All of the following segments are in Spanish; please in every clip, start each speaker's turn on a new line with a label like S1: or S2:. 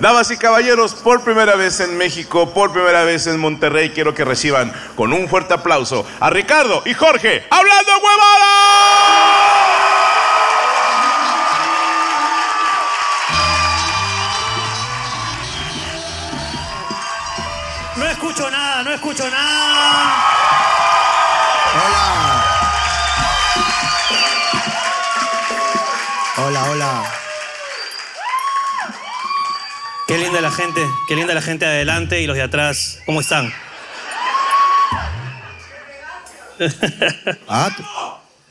S1: Damas y caballeros, por primera vez en México, por primera vez en Monterrey, quiero que reciban con un fuerte aplauso a Ricardo y Jorge hablando huevadas.
S2: No escucho nada, no escucho nada.
S3: Hola. Hola, hola.
S2: Qué linda la gente, qué linda la gente de adelante y los de atrás. ¿Cómo están?
S3: Ah, t-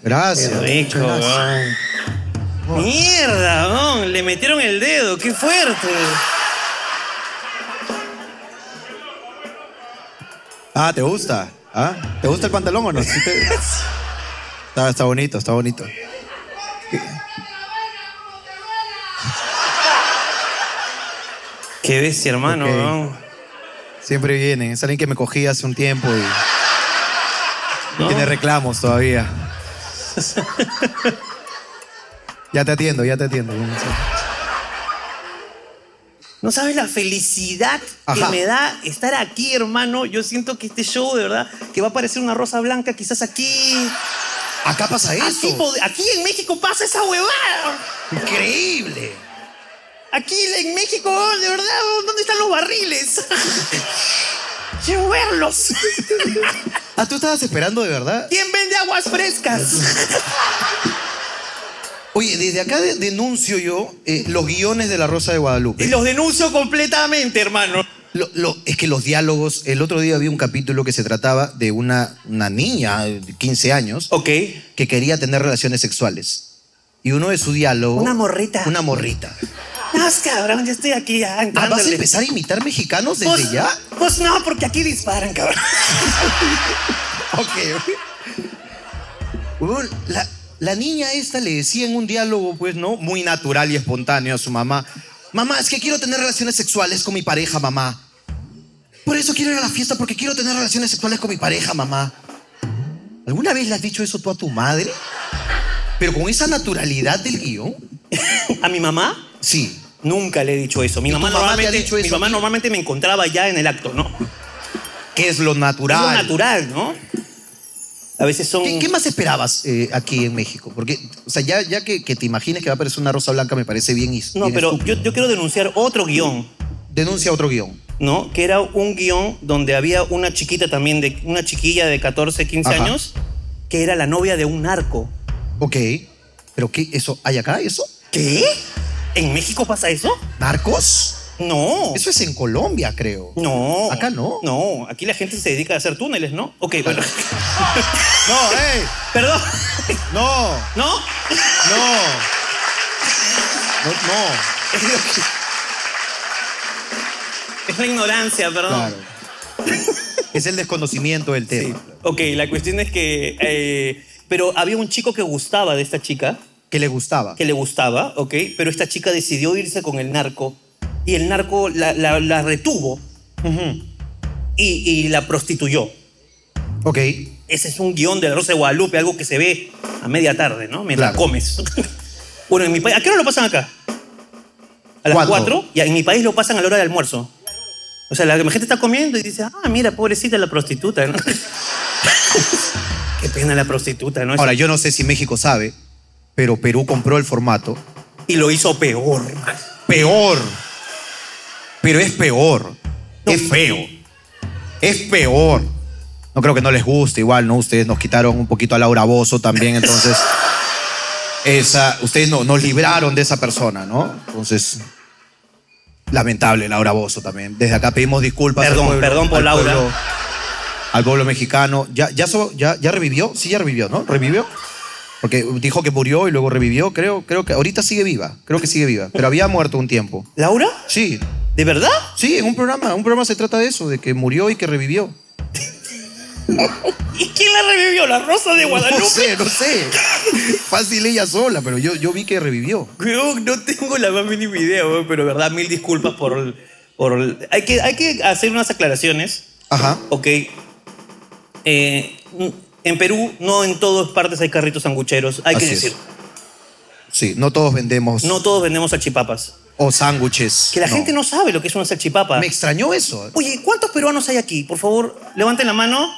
S3: gracias.
S2: Rico,
S3: muchas gracias.
S2: weón. Oh. Mierda, weón, le metieron el dedo, qué fuerte.
S3: Ah, ¿te gusta? ¿Ah? ¿Te gusta el pantalón o no? Sí te- está, está bonito, está bonito.
S2: Qué bestia, hermano,
S3: Ok.
S2: weón.
S3: Siempre vienen. Es alguien que me cogí hace un tiempo y
S2: ¿No?
S3: tiene reclamos todavía. ya te atiendo, ya te atiendo.
S2: No sabes la felicidad
S3: Ajá.
S2: que me da estar aquí, hermano. Yo siento que este show, de verdad, que va a aparecer una rosa blanca quizás aquí.
S3: Acá pasa
S2: Aquí, pod- aquí en México pasa esa huevada.
S3: Increíble.
S2: Aquí en México, oh, de verdad, oh, ¿dónde están los barriles? Quiero verlos.
S3: Ah, ¿tú estabas esperando de verdad?
S2: ¿Quién vende aguas frescas?
S3: Oye, desde acá de- denuncio yo eh, los guiones de La Rosa de Guadalupe.
S2: Y los denuncio completamente, hermano.
S3: Lo- lo- es que los diálogos, el otro día había un capítulo que se trataba de una, una niña de 15 años
S2: Ok.
S3: que quería tener relaciones sexuales. Y uno de su diálogo...
S2: Una morrita.
S3: Una morrita.
S2: No, es cabrón, yo estoy aquí ya
S3: Ah, ¿Vas a
S2: entrándole.
S3: empezar a imitar mexicanos desde
S2: Pues-
S3: ya?
S2: Pues no, porque aquí disparan, cabrón.
S3: Ok. Huevón, La, la niña esta le decía en un diálogo, pues, ¿no? Muy natural y espontáneo a su mamá. Mamá, es que quiero tener relaciones sexuales con mi pareja, mamá. Por eso quiero ir a la fiesta, porque quiero tener relaciones sexuales con mi pareja, mamá. ¿Alguna vez le has dicho eso tú a tu madre? Pero con esa naturalidad del guión,
S2: ¿A mi mamá?
S3: sí.
S2: Nunca le he dicho eso. Mi
S3: ¿Y
S2: mamá,
S3: tu mamá te ha
S2: normalmente,
S3: dicho
S2: mi
S3: eso?
S2: mamá normalmente me encontraba ya en el acto, ¿no?
S3: ¿Qué es lo natural?
S2: Es lo natural, ¿no? A veces son.
S3: ¿Qué, qué más esperabas eh, aquí en México? Porque, o sea, ya, ya que, que te imagines que va a aparecer una rosa blanca, me parece bien. is-
S2: No,
S3: bien
S2: pero
S3: estúpido.
S2: yo, yo quiero denunciar otro guión,
S3: Denuncia otro guión.
S2: ¿no? Que era un guión donde había una chiquita también, de, una chiquilla de 14, 15
S3: Ajá.
S2: años, que era la novia de un narco.
S3: Ok. ¿Pero qué? ¿Eso hay acá? ¿Eso?
S2: ¿Qué? ¿En México pasa eso?
S3: ¿Narcos?
S2: No.
S3: Eso es en Colombia, creo.
S2: No.
S3: Acá no.
S2: No, aquí la gente se dedica a hacer túneles, ¿no? Ok, bueno.
S3: No, ey.
S2: Perdón.
S3: No,
S2: ¿No?
S3: no. No, no.
S2: Es la ignorancia, perdón.
S3: Claro. Es el desconocimiento del
S2: Sí.
S3: tema.
S2: Ok, la cuestión es que... eh, pero había un chico que gustaba de esta chica,
S3: Que le gustaba.
S2: que le gustaba, ¿ok? Pero esta chica decidió irse con el narco y el narco la, la- la retuvo y, y la prostituyó.
S3: Ok.
S2: Ese es un guión de la Rosa de Guadalupe, algo que se ve a media tarde, ¿no? Mientras
S3: Claro.
S2: comes. bueno, en mi país... ¿A qué hora lo pasan acá? A las
S3: ¿Cuándo?
S2: 4 y en mi país lo pasan a la hora del almuerzo. O sea, la gente está comiendo y dice, ah, mira, pobrecita la prostituta, ¿no? Qué pena la prostituta, ¿no?
S3: Ahora, yo no sé si México sabe, pero Perú compró el formato.
S2: y lo hizo peor.
S3: peor. Pero es peor.
S2: No.
S3: Es feo. Es peor. No creo que no les guste igual, ¿no? Ustedes nos quitaron un poquito a Laura Bozo también, entonces. esa, ustedes no, nos libraron de esa persona, ¿no? Entonces. Lamentable Laura Bozo también. Desde acá pedimos disculpas. al
S2: Perdón,
S3: pueblo-
S2: perdón por
S3: al
S2: Laura.
S3: pueblo- al pueblo mexicano. ¿Ya, ya, so- ya, ya revivió? Sí, ya revivió, ¿no? ¿Revivió? Porque dijo que murió y luego revivió. Creo, creo que ahorita sigue viva. Creo que sigue viva. Pero había muerto un tiempo.
S2: ¿Laura?
S3: Sí,
S2: ¿De verdad?
S3: sí, en un programa. Un programa se trata de eso, de que murió y que revivió.
S2: ¿Y quién la revivió? ¿La Rosa de Guadalupe?
S3: No sé, no sé. Fácil ella sola, pero yo, yo vi que revivió.
S2: Weón, no tengo la más mínima idea, weón, pero verdad, mil disculpas por... el- por el- hay, que, hay que hacer unas aclaraciones,
S3: Ajá.
S2: ¿ok? Eh, en Perú, no en todas partes hay carritos sangucheros, hay que
S3: Así es.
S2: decir.
S3: Sí, no todos vendemos.
S2: No todos vendemos achipapas.
S3: o sándwiches.
S2: Que la gente no sabe lo que es una salchipapa.
S3: Me extrañó eso.
S2: Oye, ¿cuántos peruanos hay aquí? Por favor, levanten la mano.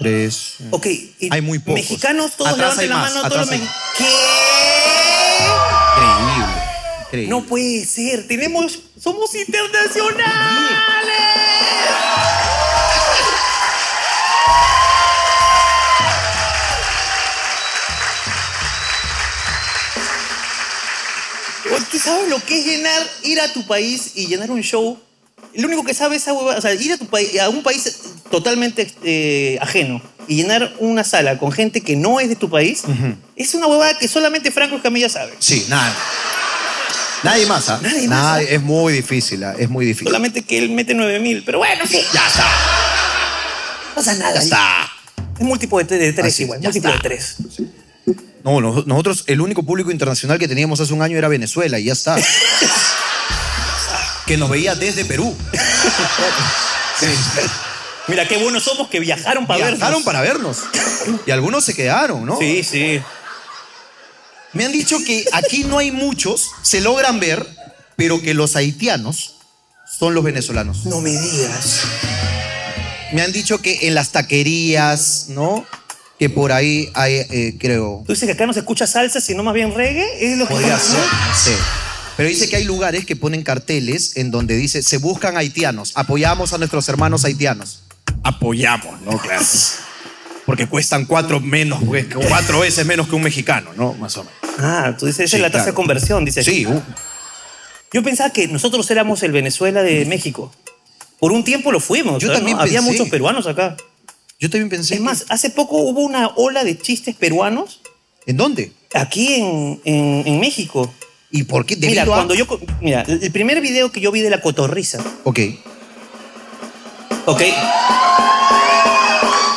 S3: Tres.
S2: Ok. y
S3: Mm. Hay muy pocos.
S2: Mexicanos, todos
S3: Atrás hay
S2: levanten la
S3: más,
S2: mano. Todos los
S3: atrás
S2: me- ¿Qué?
S3: Increíble. Increíble.
S2: No puede ser. Tenemos... Somos internacionales. Oye, ¿Tú sabes lo que es llenar, ir a tu país y llenar un show? Lo único que sabe esa hueva, o sea, ir a, tu país, a un país totalmente eh, ajeno y llenar una sala con gente que no es de tu país, es una huevada que solamente Franco Escamilla sabe.
S3: Sí, nada. Nadie más, ¿ah?
S2: Nadie más,
S3: Nadie- Es muy difícil, ¿ah? es muy difícil.
S2: Solamente que él mete 9000, pero bueno, sí.
S3: Ya está,
S2: No pasa nada.
S3: ya está.
S2: Es múltiplo de tres, de tres
S3: Así es,
S2: igual,
S3: ya
S2: múltiplo
S3: está.
S2: de tres.
S3: No, nos- nosotros, el único público internacional que teníamos hace un año era Venezuela y ya está. que nos veía desde Perú.
S2: Mira qué buenos somos que viajaron para vernos.
S3: Viajaron para vernos. Y algunos se quedaron, ¿no?
S2: Sí, sí.
S3: Me han dicho que aquí no hay muchos, se logran ver, pero que los haitianos son los venezolanos.
S2: No me digas.
S3: Me han dicho que en las taquerías, ¿no? Que por ahí hay, eh, creo.
S2: Tú dices que acá no se escucha salsa, sino más bien reggae. Es lo que
S3: Podría ser.
S2: ¿no?
S3: Sí. Pero dice que hay lugares que ponen carteles en donde dice, se buscan haitianos, apoyamos a nuestros hermanos haitianos. Apoyamos, ¿no? Claro. Porque cuestan cuatro, menos, pues, cuatro veces menos que un mexicano, ¿no? Más o menos.
S2: Ah, tú dices, esa
S3: Sí,
S2: es la tasa
S3: claro.
S2: de conversión, dices.
S3: Sí, uh,
S2: Yo pensaba que nosotros éramos el Venezuela de México. Por un tiempo lo fuimos.
S3: Yo
S2: ¿no?
S3: también
S2: Había
S3: pensé.
S2: muchos peruanos acá.
S3: yo también pensé.
S2: Es más, hace poco hubo una ola de chistes peruanos
S3: ¿En dónde?
S2: aquí en, en- en México.
S3: ¿Y por qué?
S2: Mira,
S3: Debido a-
S2: cuando yo. co- Mira, el primer video que yo vi de la cotorriza.
S3: Ok.
S2: Ok.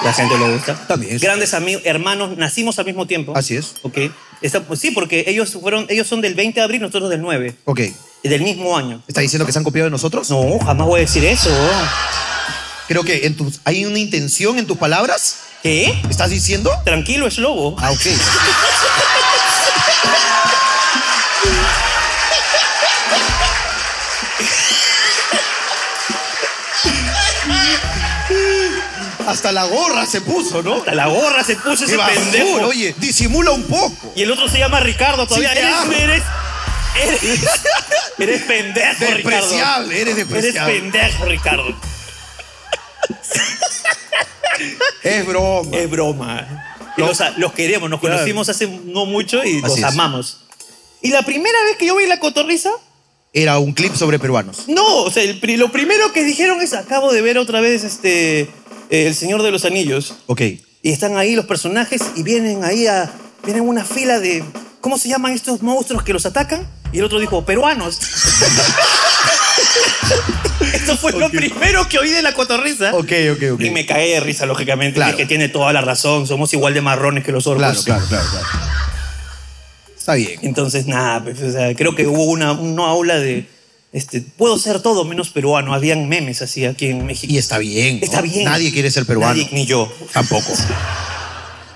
S2: La gente lo gusta.
S3: También es-
S2: Grandes amigos, hermanos, nacimos al mismo tiempo.
S3: Así es.
S2: Ok. Está- pues sí, porque ellos fueron, ellos son del 20 de abril, nosotros del 9,
S3: Ok.
S2: del mismo año.
S3: ¿Estás diciendo que se han copiado de nosotros?
S2: No, jamás voy a decir eso.
S3: Creo que en tus, hay una intención en tus palabras.
S2: ¿Qué?
S3: ¿Estás diciendo?
S2: Tranquilo, es lobo.
S3: Ah, ok. Hasta la gorra se puso, ¿no?
S2: Hasta la gorra se puso
S3: Qué
S2: ese
S3: basura,
S2: pendejo.
S3: oye, disimula un poco.
S2: Y el otro se llama Ricardo todavía.
S3: Sí, te amo.
S2: eres, eres, eres, eres pendejo, Ricardo.
S3: Despreciable, eres
S2: Eres
S3: despreciable.
S2: pendejo, Ricardo.
S3: Es broma.
S2: Es broma. Y los, los queremos, nos
S3: Claro.
S2: conocimos hace no mucho y los
S3: Así es.
S2: amamos. Y la primera vez que yo vi la cotorriza,
S3: Era un clip sobre peruanos.
S2: no, o sea, el pri- lo primero que dijeron es, acabo de ver otra vez este, eh, El Señor de los Anillos.
S3: Ok.
S2: Y están ahí los personajes y vienen ahí a, vienen una fila de, ¿cómo se llaman estos monstruos que los atacan? Y el otro dijo, peruanos. Eso fue lo primero que oí de la cotorriza.
S3: Ok, ok, ok.
S2: Y me cagué de risa, lógicamente.
S3: Claro.
S2: Dije, tiene toda la razón. Somos igual de marrones que los orcos.
S3: Claro, claro, claro, claro. Está bien.
S2: Entonces, nada, pues, o sea, creo que hubo una, una aula de. Este, puedo ser todo menos peruano. Habían memes así aquí en México.
S3: Y está bien. ¿no?
S2: Está bien.
S3: Nadie quiere ser peruano.
S2: Nadie, ni yo.
S3: Tampoco.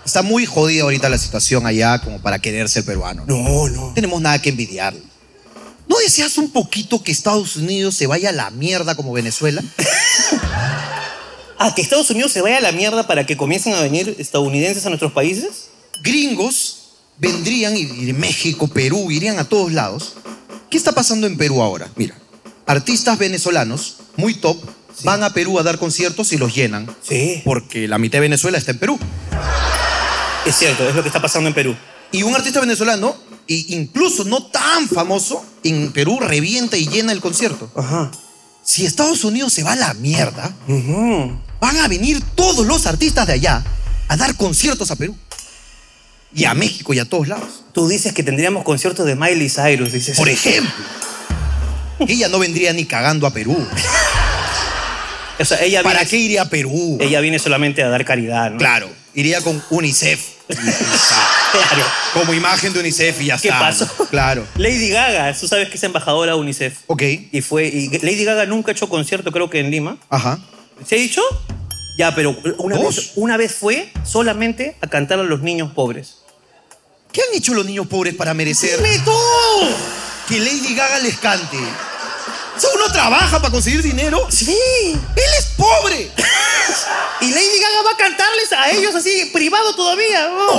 S3: Está muy jodida ahorita la situación allá como para querer ser peruano. No,
S2: No, no.
S3: tenemos nada que envidiar. ¿No deseas un poquito que Estados Unidos se vaya a la mierda como Venezuela?
S2: Ah, que Estados Unidos se vaya a la mierda para que comiencen a venir estadounidenses a nuestros países.
S3: Gringos vendrían y, y de México, Perú, irían a todos lados. ¿Qué está pasando en Perú ahora? Mira, artistas venezolanos muy top van a Perú a dar conciertos y los llenan.
S2: Sí.
S3: Porque la mitad de Venezuela está en Perú.
S2: Es cierto, es lo que está pasando en Perú.
S3: Y un artista venezolano, e incluso no tan famoso, en Perú revienta y llena el concierto.
S2: Ajá.
S3: Si Estados Unidos se va a la mierda, van a venir todos los artistas de allá a dar conciertos a Perú. Y a México y a todos lados.
S2: Tú dices que tendríamos conciertos de Miley Cyrus, dices.
S3: Por ejemplo, ella no vendría ni cagando a Perú.
S2: O sea, ella
S3: ¿Para
S2: viene,
S3: qué iría a Perú?
S2: Ella viene solamente a dar caridad, ¿no?
S3: Claro, iría con UNICEF. Y ya está.
S2: Claro.
S3: Como imagen de UNICEF y ya
S2: ¿Qué
S3: está.
S2: pasó?
S3: Claro.
S2: Lady Gaga, tú sabes que es embajadora de UNICEF.
S3: Ok.
S2: Y fue. y Lady Gaga nunca ha hecho concierto, creo que en Lima.
S3: Ajá.
S2: ¿Se ha dicho? Ya, pero una
S3: ¿Dos?
S2: vez, una vez fue solamente a cantar a los niños pobres.
S3: ¿Qué han hecho los niños pobres para merecer?
S2: ¡Dime tú!
S3: que Lady Gaga les cante. O sea, uno trabaja para conseguir dinero.
S2: Sí.
S3: Él es pobre.
S2: Y Lady Gaga va a cantarles a ellos así, privado todavía. Oh.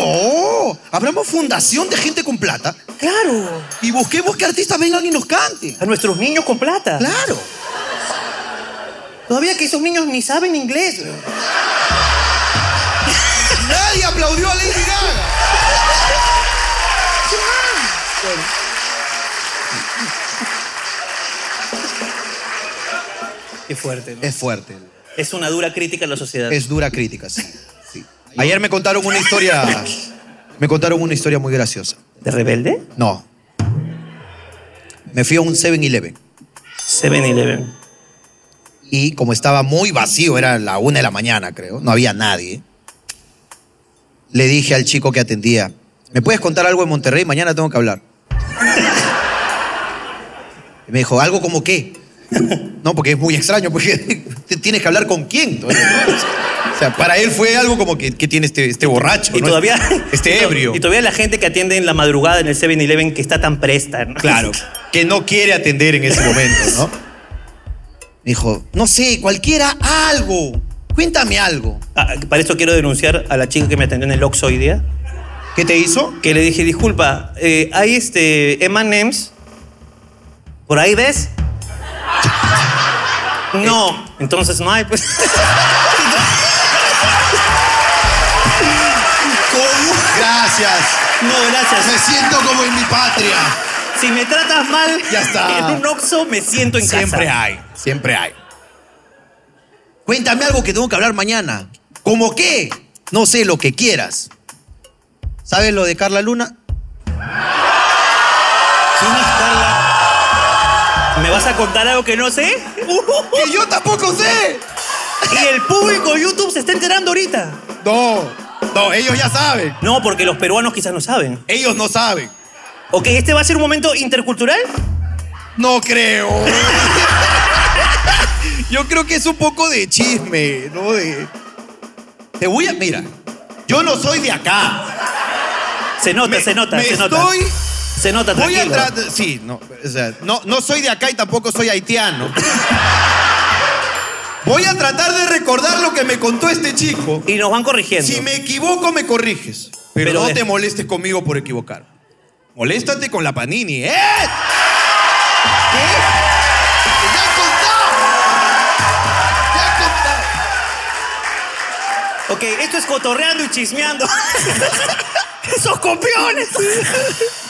S2: ¿no?
S3: No, abramos fundación de gente con plata
S2: Claro.
S3: y busquemos que artistas vengan y nos canten.
S2: A nuestros niños con plata.
S3: Claro.
S2: Todavía que esos niños ni saben inglés.
S3: Nadie aplaudió a Lady Gaga.
S2: Qué fuerte, ¿no?
S3: Es fuerte.
S2: Es una dura crítica a la sociedad.
S3: Es dura crítica, sí. Sí. Ayer me contaron una historia. Me contaron una historia muy graciosa.
S2: ¿De rebelde?
S3: No. Me fui a un 7-Eleven
S2: 7-Eleven.
S3: y como estaba muy vacío, era la una de la mañana, creo, no había nadie. Le dije al chico que atendía, ¿me puedes contar algo de Monterrey? Mañana tengo que hablar. Y me dijo, ¿algo como qué? No, porque es muy extraño, porque tienes que hablar con quién. ¿no? O sea, para él fue algo como que, ¿qué tiene este, este borracho?
S2: Y
S3: no?
S2: todavía. y
S3: Este
S2: to-
S3: ebrio.
S2: Y todavía la gente que atiende en la madrugada en el 7-Eleven que está tan presta, ¿no?
S3: Claro, que no quiere atender en ese momento, ¿no? Me dijo, no sé, cualquiera, algo. Cuéntame algo.
S2: Ah, para esto quiero denunciar a la chica que me atendió en el Oxxo hoy día.
S3: ¿Qué te hizo?
S2: Que le dije, disculpa, eh, hay este M&M's. ¿Por ahí ves? No. Entonces no hay, pues.
S3: Gracias.
S2: No, gracias.
S3: Me siento como en mi patria.
S2: Si me tratas mal
S3: Ya está.
S2: en un Oxxo, me siento en
S3: Siempre
S2: casa.
S3: hay, siempre hay. Cuéntame algo que tengo que hablar mañana. ¿Cómo qué? No sé, lo que quieras. ¿Sabes lo de Carla Luna?
S2: ¿Quién es Carla? ¿Me vas a contar algo que no sé?
S3: ¡Que yo tampoco sé!
S2: Y el público YouTube se está enterando ahorita.
S3: No, no, ellos ya saben.
S2: No, porque los peruanos quizás no saben.
S3: Ellos no saben.
S2: Ok, este va a ser un momento intercultural.
S3: No creo. yo creo que es un poco de chisme, ¿no? De... Te voy a. Mira, yo no soy de acá.
S2: Se nota, se nota,
S3: me
S2: se nota.
S3: estoy.
S2: Se nota,
S3: Voy a
S2: tranquilo.
S3: tratar. Sí, no, o sea, no, no soy de acá y tampoco soy haitiano. Voy a tratar de recordar lo que me contó este chico.
S2: Y nos van corrigiendo.
S3: Si me equivoco, me corriges. Pero,
S2: Pero
S3: no
S2: de-
S3: te molestes conmigo por equivocar. Moléstate con la panini, ¿eh? ¿Qué? ¡Ya he contado! ¡Ya he contado!
S2: Ok, esto es cotorreando y chismeando. ¡Esos copiones!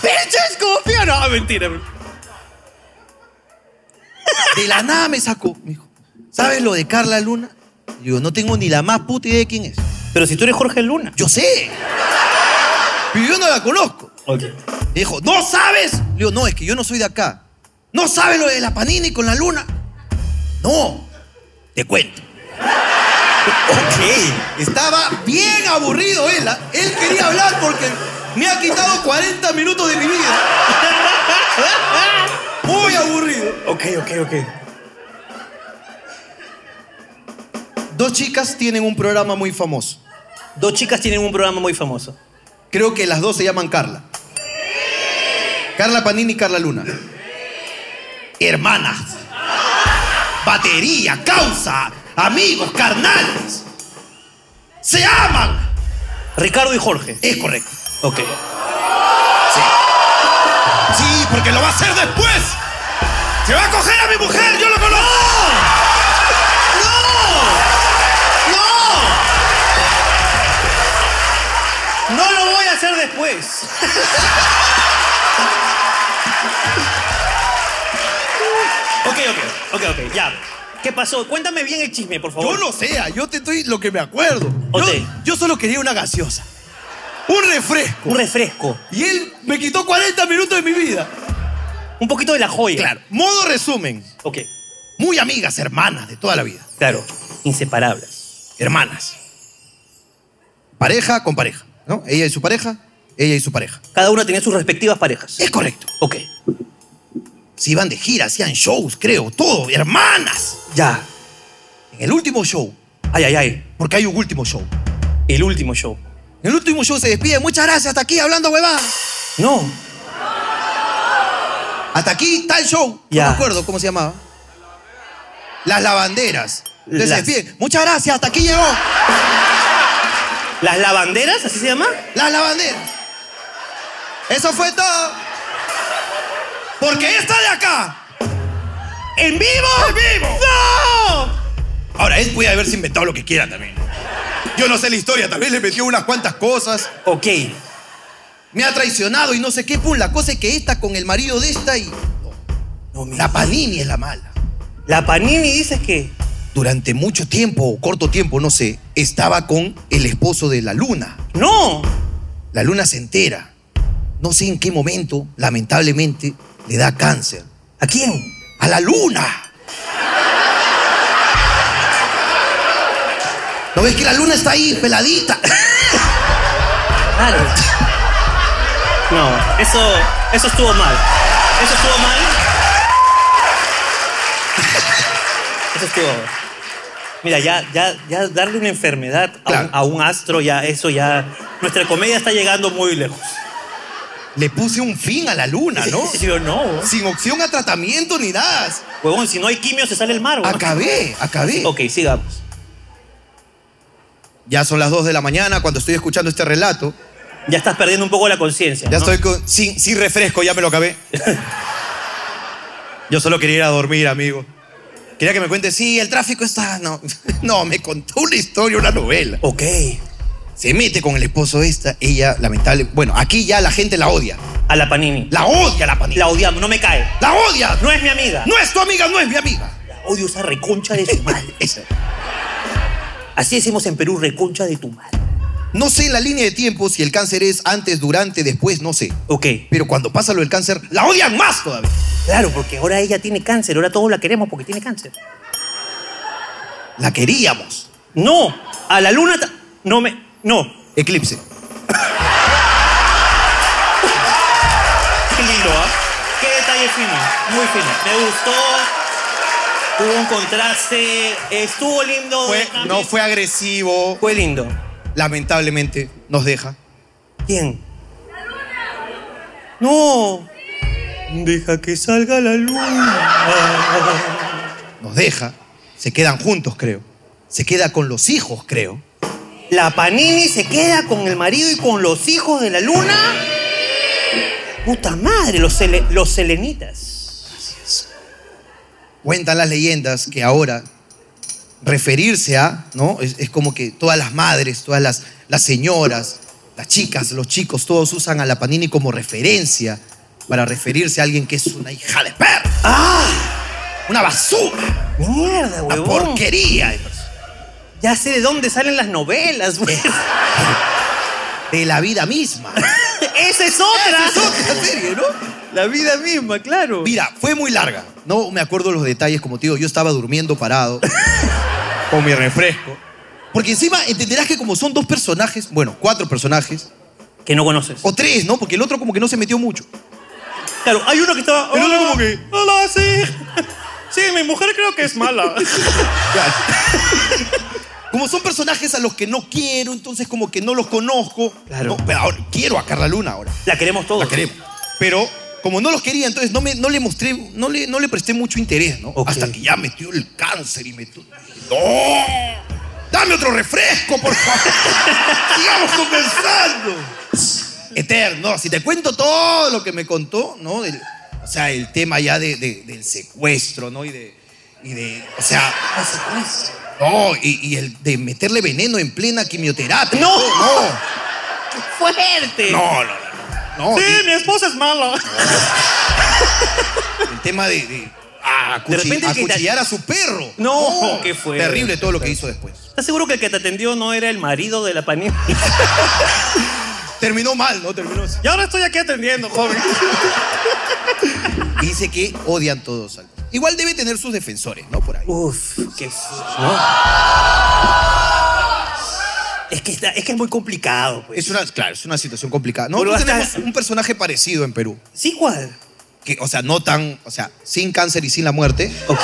S2: ¡Pinches copiones! No, mentira.
S3: De la nada me sacó. Me dijo, ¿sabes lo de Carla Luna? Y Digo, no tengo ni la más puta idea de quién es.
S2: Pero si tú eres Jorge Luna.
S3: Yo sé. Pero yo no la conozco.
S2: Ok.
S3: Me dijo, ¿no sabes? Le digo, no, es que yo no soy de acá. ¿No sabes lo de la panini con la luna? No, te cuento. Ok. Estaba bien aburrido él. ¿ah? Él quería hablar porque me ha quitado 40 minutos de mi vida. ¿ah? Muy aburrido.
S2: Ok, ok, ok.
S3: Dos chicas tienen un programa muy famoso.
S2: Dos chicas tienen un programa muy famoso.
S3: Creo que las dos se llaman Carla. Carla Panini y Carla Luna. Hermanas. Batería, causa, amigos, carnales. Se aman.
S2: Ricardo y Jorge.
S3: Es correcto.
S2: Ok.
S3: Sí. Sí, porque lo va a hacer después. Se va a coger a mi mujer, yo lo conozco. ¡No!
S2: No lo voy a hacer después. ok, ok, ok, ok, ya. ¿Qué pasó? Cuéntame bien el chisme, por favor.
S3: Yo no sé, yo te estoy lo que me acuerdo.
S2: Ok.
S3: Yo, yo solo quería una gaseosa. Un refresco.
S2: Un refresco.
S3: Y él me quitó 40 minutos de mi vida.
S2: Un poquito de la joya.
S3: Claro, modo resumen.
S2: Ok,
S3: Muy amigas, hermanas de toda la vida.
S2: claro. Inseparables.
S3: Hermanas. Pareja con pareja, ¿no? Ella y su pareja, ella y su pareja.
S2: Cada una tenía sus respectivas parejas.
S3: Es correcto.
S2: Ok.
S3: Se iban de gira, hacían shows, creo, todo. Hermanas.
S2: Ya.
S3: En el último show,
S2: Ay, ay, ay.
S3: porque hay un último show.
S2: El último show.
S3: En el último show se despide. Muchas gracias, hasta aquí hablando huevada.
S2: No.
S3: Hasta aquí tal show.
S2: Ya.
S3: No me acuerdo cómo se llamaba. Las lavanderas. Entonces,
S2: Las-
S3: bien, muchas gracias, hasta aquí llegó.
S2: ¿Las lavanderas? ¿Así se llama?
S3: Las lavanderas. Eso fue todo. Porque esta de acá.
S2: ¡En vivo!
S3: ¡En vivo!
S2: ¡No!
S3: Ahora, él puede haberse inventado lo que quiera también. Yo no sé la historia, también le metió unas cuantas cosas.
S2: Ok.
S3: Me ha traicionado y no sé qué, pum. La cosa es que esta con el marido de esta y.
S2: No, mira.
S3: La Panini es la mala.
S2: La Panini dices que.
S3: Durante mucho tiempo, o corto tiempo, no sé, estaba con el esposo de la luna.
S2: ¡No!
S3: La luna se entera. No sé en qué momento, lamentablemente, le da cáncer.
S2: ¿A quién?
S3: ¡A la luna! ¿No ves que la luna está ahí, peladita?
S2: Claro. No, eso. Eso estuvo mal. Eso estuvo mal. Eso estuvo. Mira, ya, ya, ya darle una enfermedad a,
S3: Claro.
S2: un, a un astro, ya, eso ya. Nuestra comedia está llegando muy lejos.
S3: Le puse un fin a la luna, Ah, ¿no?
S2: Sí o no.
S3: Sin opción a tratamiento ni nada.
S2: Huevón, si no hay quimio, se sale el mar, huevón.
S3: Ah, Acabé, acabé.
S2: Ok, sigamos.
S3: Ya son las 2 de la mañana cuando estoy escuchando este relato.
S2: Ya estás perdiendo un poco la conciencia. ¿no?
S3: Ya estoy con. Sin, sin refresco, ya me lo acabé. Yo solo quería ir a dormir, amigo. Quería que me cuente, sí, el tráfico está. No, no, me contó una historia, una novela.
S2: Ok.
S3: Se mete con el esposo esta, ella, lamentable. Bueno, aquí ya la gente la odia.
S2: A la Panini.
S3: La odia la panita.
S2: La odiamos, no me cae.
S3: ¡La odia!
S2: No es mi amiga.
S3: ¡No es tu amiga, no es mi amiga!
S2: Odio esa reconcha de su madre.
S3: Esa.
S2: Así decimos en Perú, reconcha de tu madre.
S3: No sé la línea de tiempo si el cáncer es antes, durante, después, no sé.
S2: Ok.
S3: Pero cuando pasa lo del cáncer, la odian más todavía.
S2: Claro, porque ahora ella tiene cáncer, ahora todos la queremos porque tiene cáncer.
S3: La queríamos.
S2: No, a la luna ta- no me no.
S3: Eclipse.
S2: Qué lindo, ¿ah? Qué detalle fino, muy fino. Me gustó. Hubo un contraste, estuvo lindo. También-
S3: agresivo.
S2: fue lindo.
S3: Lamentablemente, nos deja.
S2: ¿Quién? No. Deja que salga la luna.
S3: Nos deja. Se quedan juntos, creo. Se queda con los hijos, creo.
S2: La Panini se queda con el marido y con los hijos de la luna. Puta madre, los, sele- los selenitas.
S3: Cuentan las leyendas que ahora referirse a, ¿no? Es, es como que todas las madres, todas las, las señoras, las chicas, los chicos, todos usan a la Panini como referencia para referirse a alguien que es una hija de perra.
S2: Ah,
S3: Una basura.
S2: Mierda,
S3: Una
S2: huevón.
S3: porquería. de persona.
S2: Ya sé de dónde salen las novelas, pues. güey.
S3: de la vida misma.
S2: Esa es otra.
S3: Es otra serie, ¿no?
S2: La vida misma, claro.
S3: Mira, fue muy larga. No me acuerdo los detalles, como te digo, yo estaba durmiendo parado. con mi refresco. Porque encima entenderás que como son dos personajes, bueno, cuatro personajes,
S2: Que no conoces.
S3: o tres, ¿no? Porque el otro como que no se metió mucho.
S2: Claro, hay uno que estaba.
S3: El otro
S2: "Hola,
S3: como que-
S2: Hola, sí. Sí, mi mujer creo que es mala.
S3: Como son personajes a los que no quiero, entonces como que no los conozco.
S2: Claro.
S3: No, pero ahora quiero a Carla Luna ahora.
S2: La queremos todos.
S3: La queremos. Pero como no los quería, entonces no, me, no le mostré, no le, no le presté mucho interés, ¿no?
S2: Ok.
S3: Hasta que ya metió el cáncer y metió. ¡No! ¡Dame otro refresco, por favor! ¡Sigamos conversando! Eterno, si te cuento todo lo que me contó, ¿no? Del- o sea, el tema ya de, de- del secuestro, ¿no? Y de. Y de o sea. No, y, y el de meterle veneno en plena quimioterapia.
S2: No.
S3: no,
S2: ¡Fuerte!
S3: no, no. no, no.
S2: Sí,
S3: Y-
S2: mi esposa es mala.
S3: El tema de, de- ah, acuchi-
S2: De repente el que te-
S3: acuchillar a su perro. Oh,
S2: No, qué fuerte.
S3: Terrible todo lo que hizo después.
S2: ¿Estás seguro que el que te atendió no era el marido de la Panini?
S3: Terminó mal, ¿no? Terminó así.
S2: Y ahora estoy aquí atendiendo, joven.
S3: Y Dice que odian todos. al- Igual debe tener sus defensores, ¿no? Por ahí.
S2: Uf, qué. f- ¿no? Es que, está- es que es muy complicado, pues.
S3: Es una, claro, es una situación complicada.
S2: Pero
S3: Nosotros
S2: hasta-
S3: tenemos un personaje parecido en Perú.
S2: Sí, ¿cuál?
S3: Que, o sea, no tan, o sea, sin cáncer y sin la muerte.
S2: Ok.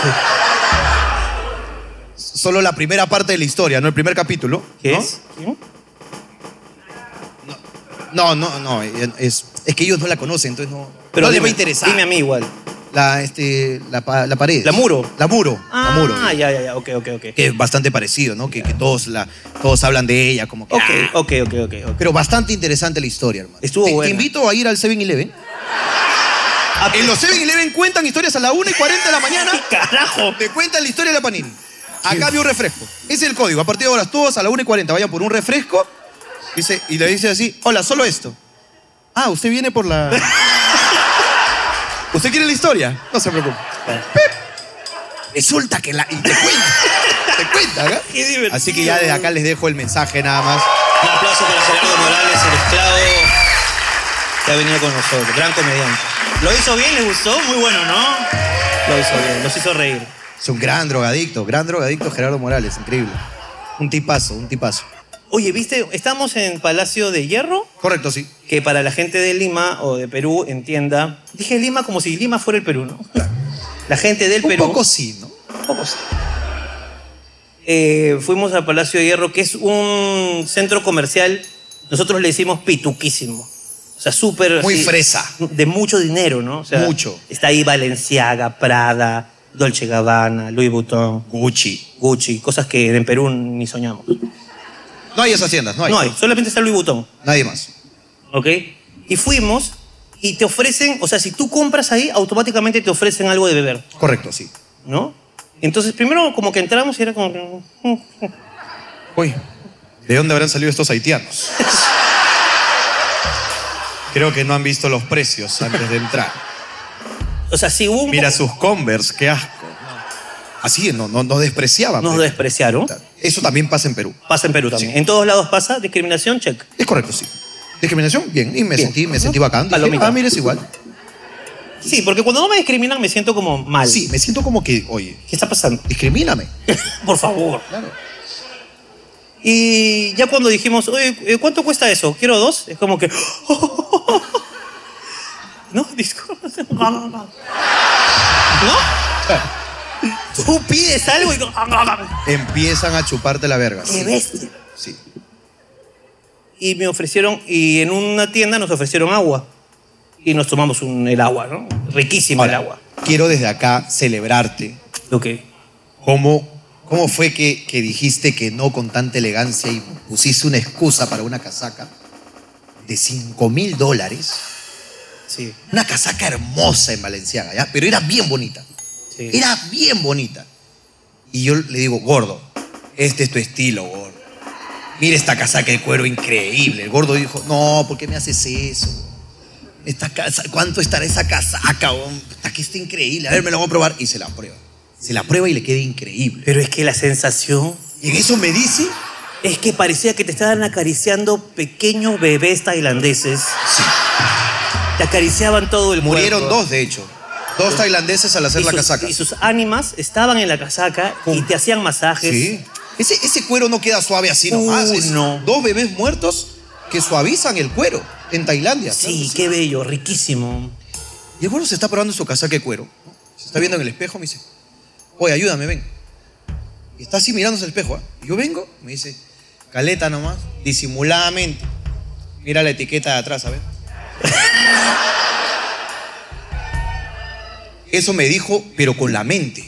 S3: Solo la primera parte de la historia, ¿no? El primer capítulo.
S2: ¿Qué
S3: ¿no?
S2: es? ¿Quién?
S3: No, no, no. Es, es que ellos no la conocen, entonces no. no les va a
S2: dime-
S3: interesar.
S2: Dime a mí igual.
S3: la, este, la, pa- la pared.
S2: La muro.
S3: La muro.
S2: Ah,
S3: la muro.
S2: ya, ya, ya, ok, ok, ok.
S3: Que es bastante parecido, ¿no? Que, que todos, la, todos hablan de ella, como que.
S2: Ok,
S3: "Ah".
S2: ok, ok, ok. ok.
S3: Pero bastante interesante la historia, hermano.
S2: Estuvo
S3: Te- te,
S2: buena. Ah.
S3: invito a ir al 7-Eleven. En los 7-Eleven cuentan historias a la 1 y 40 de la mañana.
S2: ¡Carajo!
S3: Te cuentan la historia de la panini. Acá había un refresco. Ese es el código. A partir de ahora, todos a la 1 y 40 vayan por un refresco. Dice, y le dice así: Hola, solo esto. Ah, usted viene por la. ¿Usted quiere la historia? No se preocupe. Pip. Resulta que la. Y te cuenta. te cuenta, ¿verdad?
S2: Qué divertido.
S3: Así que ya desde acá les dejo el mensaje nada más.
S2: Un aplauso para Gerardo Morales, el esclavo que ha venido con nosotros. Gran comediante. Lo hizo bien, le gustó, muy bueno, ¿no? Lo hizo bien, nos hizo reír.
S3: Es un gran drogadicto, gran drogadicto Gerardo Morales, increíble. Un tipazo, un tipazo.
S2: Oye, viste, estamos en Palacio de Hierro,
S3: Correcto, sí.
S2: que para la gente de Lima o de Perú entienda. Dije Lima como si Lima fuera el Perú, ¿no? La gente del Perú.
S3: Un poco sí, ¿no?
S2: Eh, fuimos al Palacio de Hierro, que es un centro comercial, nosotros le decimos pituquísimo. O sea, súper...
S3: Muy
S2: así,
S3: fresa.
S2: De mucho dinero, ¿no? O sea,
S3: Mucho.
S2: Está ahí Valenciaga, Prada, Dolce Gabbana, Louis Vuitton,
S3: Gucci.
S2: Gucci, cosas que en Perú ni soñamos.
S3: No hay esas tiendas, no hay.
S2: No hay, solamente está Louis Vuitton,
S3: Nadie más.
S2: ¿ok? Y fuimos y te ofrecen, o sea, si tú compras ahí, automáticamente te ofrecen algo de beber.
S3: Correcto, sí.
S2: ¿no? Entonces, primero como que entramos y era como... que, mm,
S3: Uy, ¿de dónde habrán salido estos haitianos? Creo que no han visto los precios antes de entrar.
S2: O sea, sí hubo un
S3: Mira sus Converse, qué asco. Así, no, no, no despreciaban.
S2: Nos despreciaron.
S3: Eso también pasa en Perú.
S2: Pasa en Perú también. En todos lados pasa. Discriminación, check.
S3: Es correcto, sí. Discriminación, bien. Y me
S2: Bien.
S3: sentí, me sentí bacán. Dije,
S2: Palomita.
S3: ah, mira, es igual.
S2: Sí, porque cuando no me discriminan me siento como mal.
S3: Sí, me siento como que, oye,
S2: ¿Qué está pasando?
S3: discrimíname.
S2: Por favor.
S3: Claro.
S2: Y ya cuando dijimos, oye, eh, ¿cuánto cuesta eso? Quiero dos. Es como que... no, disculpa. ¿No? Tú pides algo y... "Ah,
S3: Empiezan a chuparte la verga.
S2: ¡Qué
S3: Sí,
S2: bestia!
S3: sí.
S2: y me ofrecieron, y en una tienda nos ofrecieron agua. Y nos tomamos un, el agua, ¿no? Riquísima el
S3: Ahora,
S2: agua.
S3: Quiero desde acá celebrarte
S2: Lo que.
S3: cómo, cómo fue que, que dijiste que no con tanta elegancia y pusiste una excusa para una casaca de 5 mil dólares.
S2: Sí,
S3: Una casaca hermosa en Valenciaga, ¿ya? Pero era bien bonita.
S2: sí.
S3: Eh, Era bien bonita. Y yo le digo, gordo, este es tu estilo, gordo. Mira esta casaca de cuero increíble. El gordo dijo, no, ¿por qué me haces eso? Esta casa, ¿Cuánto estará esa casaca? bon? Puta, que está increíble. A ver, me la voy a probar. Y se la prueba. Se la prueba y le queda increíble.
S2: Pero es que la sensación
S3: Y en eso me dice,
S2: es que parecía que te estaban acariciando pequeños bebés tailandeses.
S3: sí.
S2: Te acariciaban todo el
S3: Murieron
S2: cuerpo.
S3: dos, de hecho. Dos tailandeses al hacer
S2: Y
S3: la
S2: sus-
S3: casaca.
S2: Y sus ánimas estaban en la casaca y
S3: Pum.
S2: te hacían masajes.
S3: Sí. Ese, ese cuero no queda suave así nomás.
S2: Uh,
S3: Es
S2: no.
S3: Dos bebés muertos que suavizan el cuero en Tailandia.
S2: Sí, qué bello, riquísimo.
S3: Y el gordo se está probando su casaca de cuero. ¿no? Se está viendo en el espejo, me dice, oye, ayúdame, ven. Y está así mirándose al espejo. ¿ah? Y Yo vengo, me dice, caleta nomás, disimuladamente. Mira la etiqueta de atrás, a ver. Eso me dijo, pero con la mente.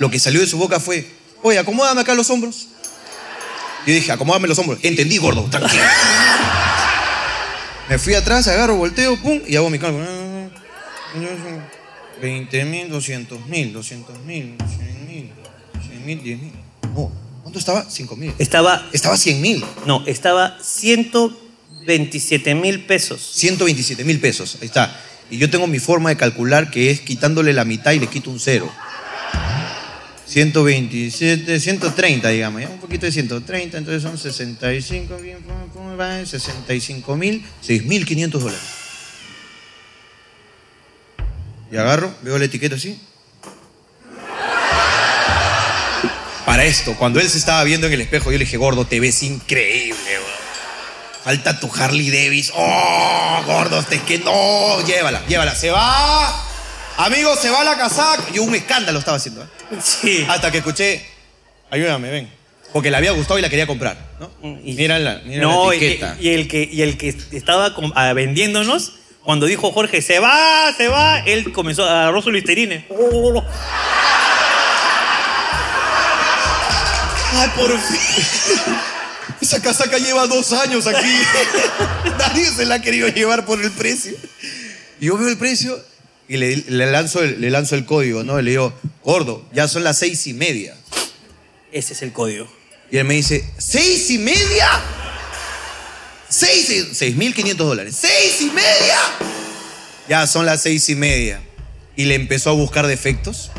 S3: Lo que salió de su boca fue, oye, acomódame acá los hombros. Yo dije, acomódame los hombros. Entendí, gordo, tranquilo. me fui atrás, agarro, volteo, pum, y hago mi cálculo. 20 mil, 200 mil, 200 mil, 100 mil, 100 mil, 10 mil. No, ¿cuánto estaba? 5 mil.
S2: Estaba,
S3: Estaba 100 mil,
S2: no, estaba 127 mil pesos.
S3: 127 mil pesos. Ahí está. Y yo tengo mi forma de calcular que es quitándole la mitad y le quito un cero. 127, 130, digamos, ¿ya? un poquito de 130, entonces son 65, bien, pum, pum, va, 65 mil, 6.500 dólares. Y agarro, veo la etiqueta así. Para esto, cuando él se estaba viendo en el espejo, yo le dije, gordo, te ves increíble, weón. Falta tu Harley Davis. ¡Oh, gordo! Te que no, llévala, llévala. Se va. Amigo, se va la casaca. Yo un escándalo estaba haciendo. ¿eh?
S2: Sí.
S3: Hasta que escuché, ayúdame, ven. Porque le había gustado y la quería comprar, ¿no?
S2: Mm, Y-
S3: Mírala, mira
S2: no,
S3: la
S2: y-
S3: etiqueta.
S2: Y, el que, y el que estaba com- ah, vendiéndonos, Cuando dijo Jorge, se va, se va, él comenzó, agarró su listerine. Oh.
S3: ¡Ay, por fin! Esa casaca lleva dos años aquí. Nadie se la ha querido llevar por el precio. Yo veo el precio y le, le lanzo, el, le lanzo el código, ¿no? Y le digo, gordo, ya son las seis y media.
S2: Ese es el código.
S3: Y él me dice, ¿seis y media? ¿Seis? y- Seis mil quinientos dólares. ¿Seis y media? Ya son las seis y media. Y le empezó a buscar defectos.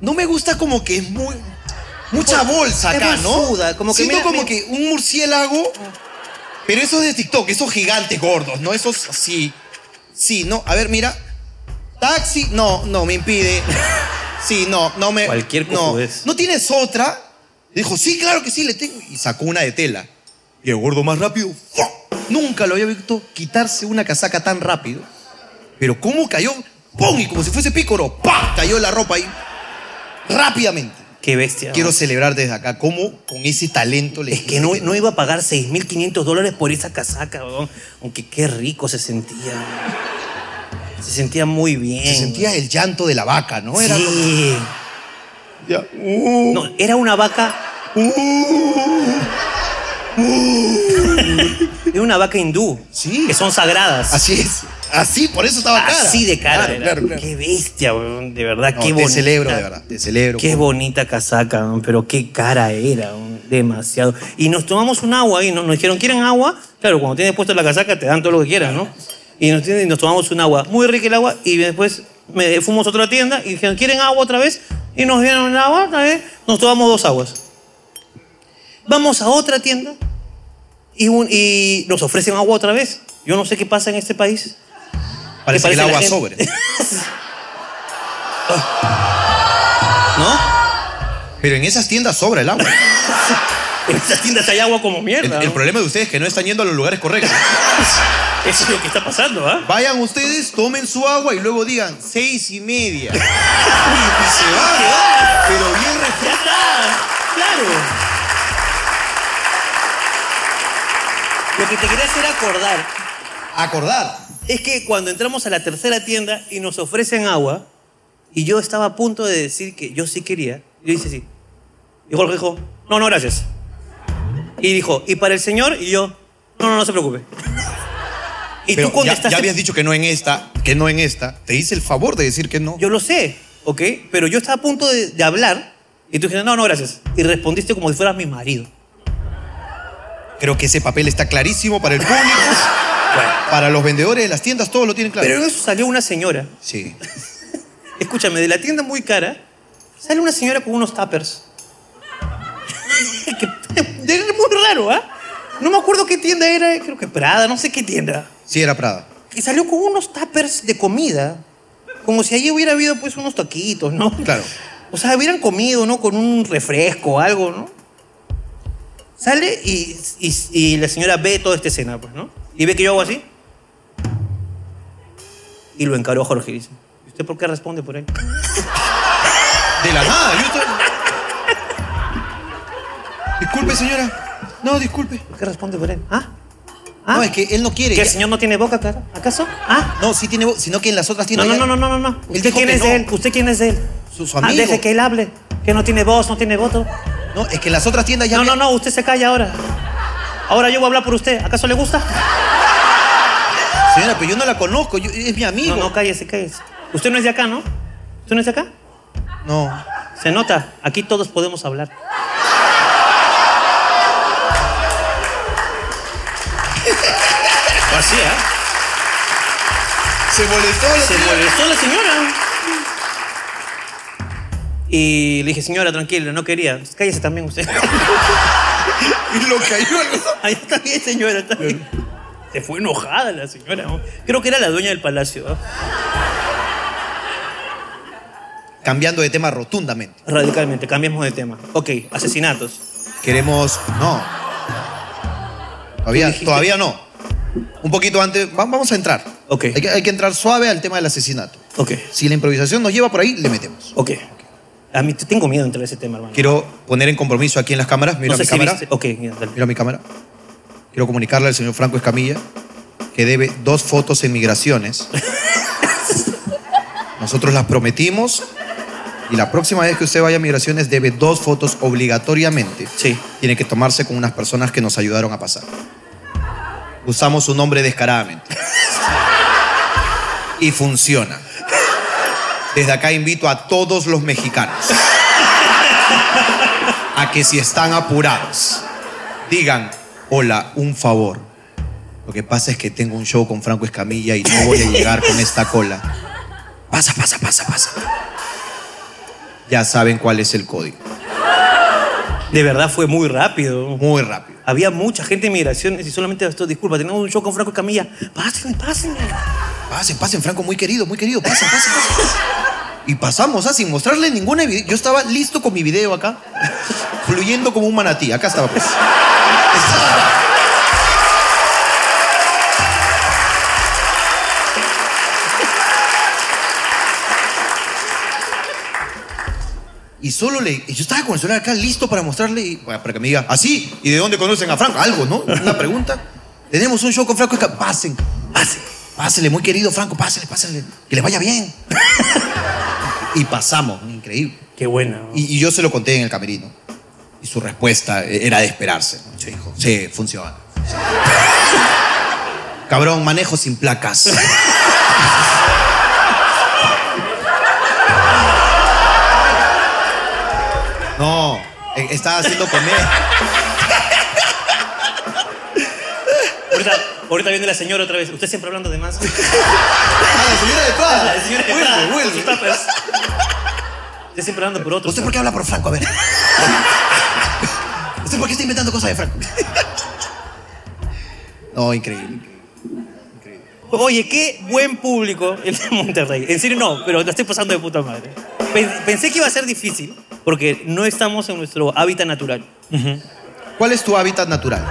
S3: No me gusta como que es muy... Mucha
S2: Como-
S3: bolsa
S2: es
S3: acá, ¿no?
S2: bolsuda, como que
S3: Siento
S2: me-
S3: como
S2: me-
S3: que un murciélago... Pero esos de TikTok, esos gigantes gordos, ¿no? Esos sí. Sí, no. A ver, mira. Taxi, no, no, me impide. Sí, no, no me.
S2: Cualquier
S3: no.
S2: cojudez.
S3: ¿No tienes otra? Dijo, sí, claro que sí, le tengo. Y sacó una de tela. Y el gordo más rápido. ¡fua! Nunca lo había visto quitarse una casaca tan rápido. Pero cómo cayó, ¡pum! Y como si fuese pícoro, ¡pam! Cayó la ropa ahí. Rápidamente.
S2: Qué bestia. ¿no?
S3: Quiero celebrar desde acá cómo con ese talento le.
S2: Es que no, no iba a pagar 6.500 dólares por esa casaca, weón. Aunque qué rico se sentía. weón. Se sentía muy bien.
S3: Se sentía el llanto de la vaca, ¿no?
S2: weón.
S3: Era como-
S2: Sí.
S3: Ya, uh,
S2: No, era una vaca,
S3: uh.
S2: era una vaca hindú.
S3: Sí.
S2: Que son sagradas.
S3: Así es. Así, por eso estaba cara.
S2: Así de cara.
S3: Claro,
S2: era.
S3: claro, claro.
S2: Qué bestia, weón. De verdad,
S3: No,
S2: qué
S3: te
S2: bonita.
S3: celebro, de verdad. Te celebro.
S2: Qué bonita casaca, weón, pero qué cara era, weón. demasiado. Y nos tomamos un agua y nos, nos dijeron, ¿quieren agua? Claro, cuando tienes puesto la casaca te dan todo lo que quieras, ¿no? Y nos, tienen- y nos tomamos un agua, muy rica el agua, y después me, fuimos a otra tienda y dijeron, ¿quieren agua otra vez? Y nos dieron el agua otra vez, nos tomamos dos aguas. Vamos a otra tienda y, un- y nos ofrecen agua otra vez. Yo no sé qué pasa en este país.
S3: Parece,
S2: que
S3: que
S2: parece
S3: el agua
S2: la
S3: sobre.
S2: gente.
S3: ¿No? Pero en esas tiendas sobra el agua.
S2: En esas tiendas hay agua como
S3: El,
S2: mierda.
S3: el
S2: ¿no?
S3: problema de ustedes es que no están yendo a los lugares correctos.
S2: Eso es lo que está pasando, ¿ah?
S3: Vayan ustedes, tomen su agua y luego digan seis y media. y se va, ¿no? Pero bien refrescado.
S2: ¡Ya está! ¡Claro! Lo que te quería hacer acordar
S3: Acordar.
S2: es que cuando entramos a la tercera tienda y nos ofrecen agua, y yo estaba a punto de decir que yo sí quería, yo hice sí. Y Jorge dijo, no, no, gracias. Y dijo, ¿y para el señor? Y yo, no, no, no se preocupe. Y
S3: Pero
S2: tú
S3: ya,
S2: contestaste.
S3: ya habías dicho que no en esta, que no en esta. Te hice el favor de decir que no.
S2: Yo lo sé, ¿ok? Pero yo estaba a punto de, de hablar y tú dijiste, no, no, gracias. Y respondiste como si fueras mi marido.
S3: Creo que ese papel está clarísimo para el público. Para los vendedores de las tiendas, todos lo tienen claro.
S2: Pero en eso salió una señora.
S3: Sí.
S2: Escúchame, de la tienda muy cara, sale una señora con unos tuppers. que, es muy raro, ¿ah? No me acuerdo qué tienda era, creo que Prada, no sé qué tienda.
S3: Sí, era Prada.
S2: Y salió con unos tuppers de comida. Como si allí hubiera habido pues unos taquitos, ¿no?
S3: Claro.
S2: O sea, hubieran comido, ¿no? Con un refresco o algo, ¿no? Sale y, y- y la señora ve toda esta escena, pues, ¿no? Y ve que yo hago así. Y lo encaró a Jorge y dice, ¿y usted por qué responde por ahí?
S3: De la nada, yo estoy- Disculpe, señora. No, disculpe.
S2: ¿Por qué responde por ahí? ¿Ah? ¿Ah?
S3: No, es que él no quiere.
S2: ¿Que el
S3: Ya-
S2: señor no tiene boca, cara? ¿Acaso? ¿Ah?
S3: No, sí tiene voz, sino que en las otras
S2: No,
S3: tiendas.
S2: no,
S3: ya-
S2: no, no, no, no, no.
S3: Él
S2: ¿Usted
S3: dijo
S2: quién
S3: que
S2: es
S3: no.
S2: de él? ¿Usted quién es de él?
S3: Su- su amigo.
S2: Ah, deje que él hable. Que no tiene voz, no tiene voto.
S3: No, es que en las otras tiendas ya.
S2: No,
S3: había-
S2: no, no, usted se calla ahora. Ahora yo voy a hablar por usted. ¿Acaso le gusta?
S3: Señora, pero yo no la conozco, yo- es mi amigo.
S2: No, no, cállese, cállese. Usted no es de acá, ¿no? ¿Usted no es de acá?
S3: No.
S2: Se nota, aquí todos podemos hablar. Así, ¿eh?
S3: Se molestó la
S2: Se
S3: señora.
S2: molestó la señora. Y le dije, señora, tranquilo, no quería. Cállese también usted.
S3: Y lo cayó al
S2: Ahí está bien, señora, está bien. Se fue enojada la señora. ¿no? Creo que era la dueña del palacio. ¿no?
S3: Cambiando de tema rotundamente.
S2: Radicalmente, cambiemos de tema. Ok, asesinatos.
S3: Queremos. No.
S2: Tú
S3: Todavía,
S2: dijiste-
S3: todavía no. Un poquito antes. va- Vamos a entrar.
S2: Ok.
S3: Hay que, hay que entrar suave al tema del asesinato.
S2: Ok,
S3: Si la improvisación nos lleva por ahí, le metemos.
S2: ok. A mí te- tengo miedo de entrar a ese tema, hermano.
S3: Quiero poner en compromiso aquí en las cámaras. Mira
S2: no sé
S3: mi
S2: si
S3: cámara.
S2: viste. Ok, ya, dale.
S3: Mira mi cámara. Quiero comunicarle al señor Franco Escamilla que debe dos fotos en migraciones. Nosotros las prometimos y la próxima vez que usted vaya a migraciones debe dos fotos obligatoriamente.
S2: Sí.
S3: Tiene que tomarse con unas personas que nos ayudaron a pasar. Usamos su nombre descaradamente. Y funciona. Desde acá invito a todos los mexicanos a que si están apurados, digan, hola, un favor. Lo que pasa es que tengo un show con Franco Escamilla y no voy a llegar con esta cola. Pasa, pasa, pasa, pasa. Ya saben cuál es el código.
S2: De verdad fue muy rápido.
S3: Muy rápido.
S2: Había mucha gente en migraciones y solamente bastó, disculpa, tenemos un show con Franco Camilla. Pásenme, pásenme.
S3: Pasen, pasen, Franco, muy querido, muy querido. Pasen, pasen, pasen. Y pasamos, ¿ah? sin mostrarle ninguna evidencia. Yo estaba listo con mi video acá, fluyendo como un manatí. Acá estaba, pues. Y solo le. y Yo estaba con el celular acá listo para mostrarle. y- para para que me diga, así. ¿Y de dónde conocen a Franco? Algo, ¿no? Una pregunta. Tenemos un show con Franco. Esca- Pasen, pasen. Pásenle, muy querido Franco, pásenle, pásenle. Que les vaya bien. y pasamos, increíble.
S2: Qué buena. ¿no?
S3: Y, y yo se lo conté en el camerino. Y su respuesta eh, era de esperarse. ¿no? Sí, dijo, sí, funciona. Sí. Cabrón, manejo sin placas. No, eh, estaba haciendo comer.
S2: Ahorita, ahorita viene la señora otra vez. Usted siempre hablando de más.
S3: Ah, la señora de Prada.
S2: La señora que
S3: Vuelve,
S2: está-
S3: vuelve.
S2: está, pues. Usted siempre hablando por otro.
S3: ¿Usted por qué habla por Franco? A ver. ¿Usted por qué está inventando cosas de Franco? No, increíble.
S2: Oye, qué buen público el de Monterrey. En serio, no, pero lo estoy pasando de puta madre. Pen- Pensé que iba a ser difícil porque no estamos en nuestro hábitat natural.
S3: ¿Cuál es tu hábitat natural?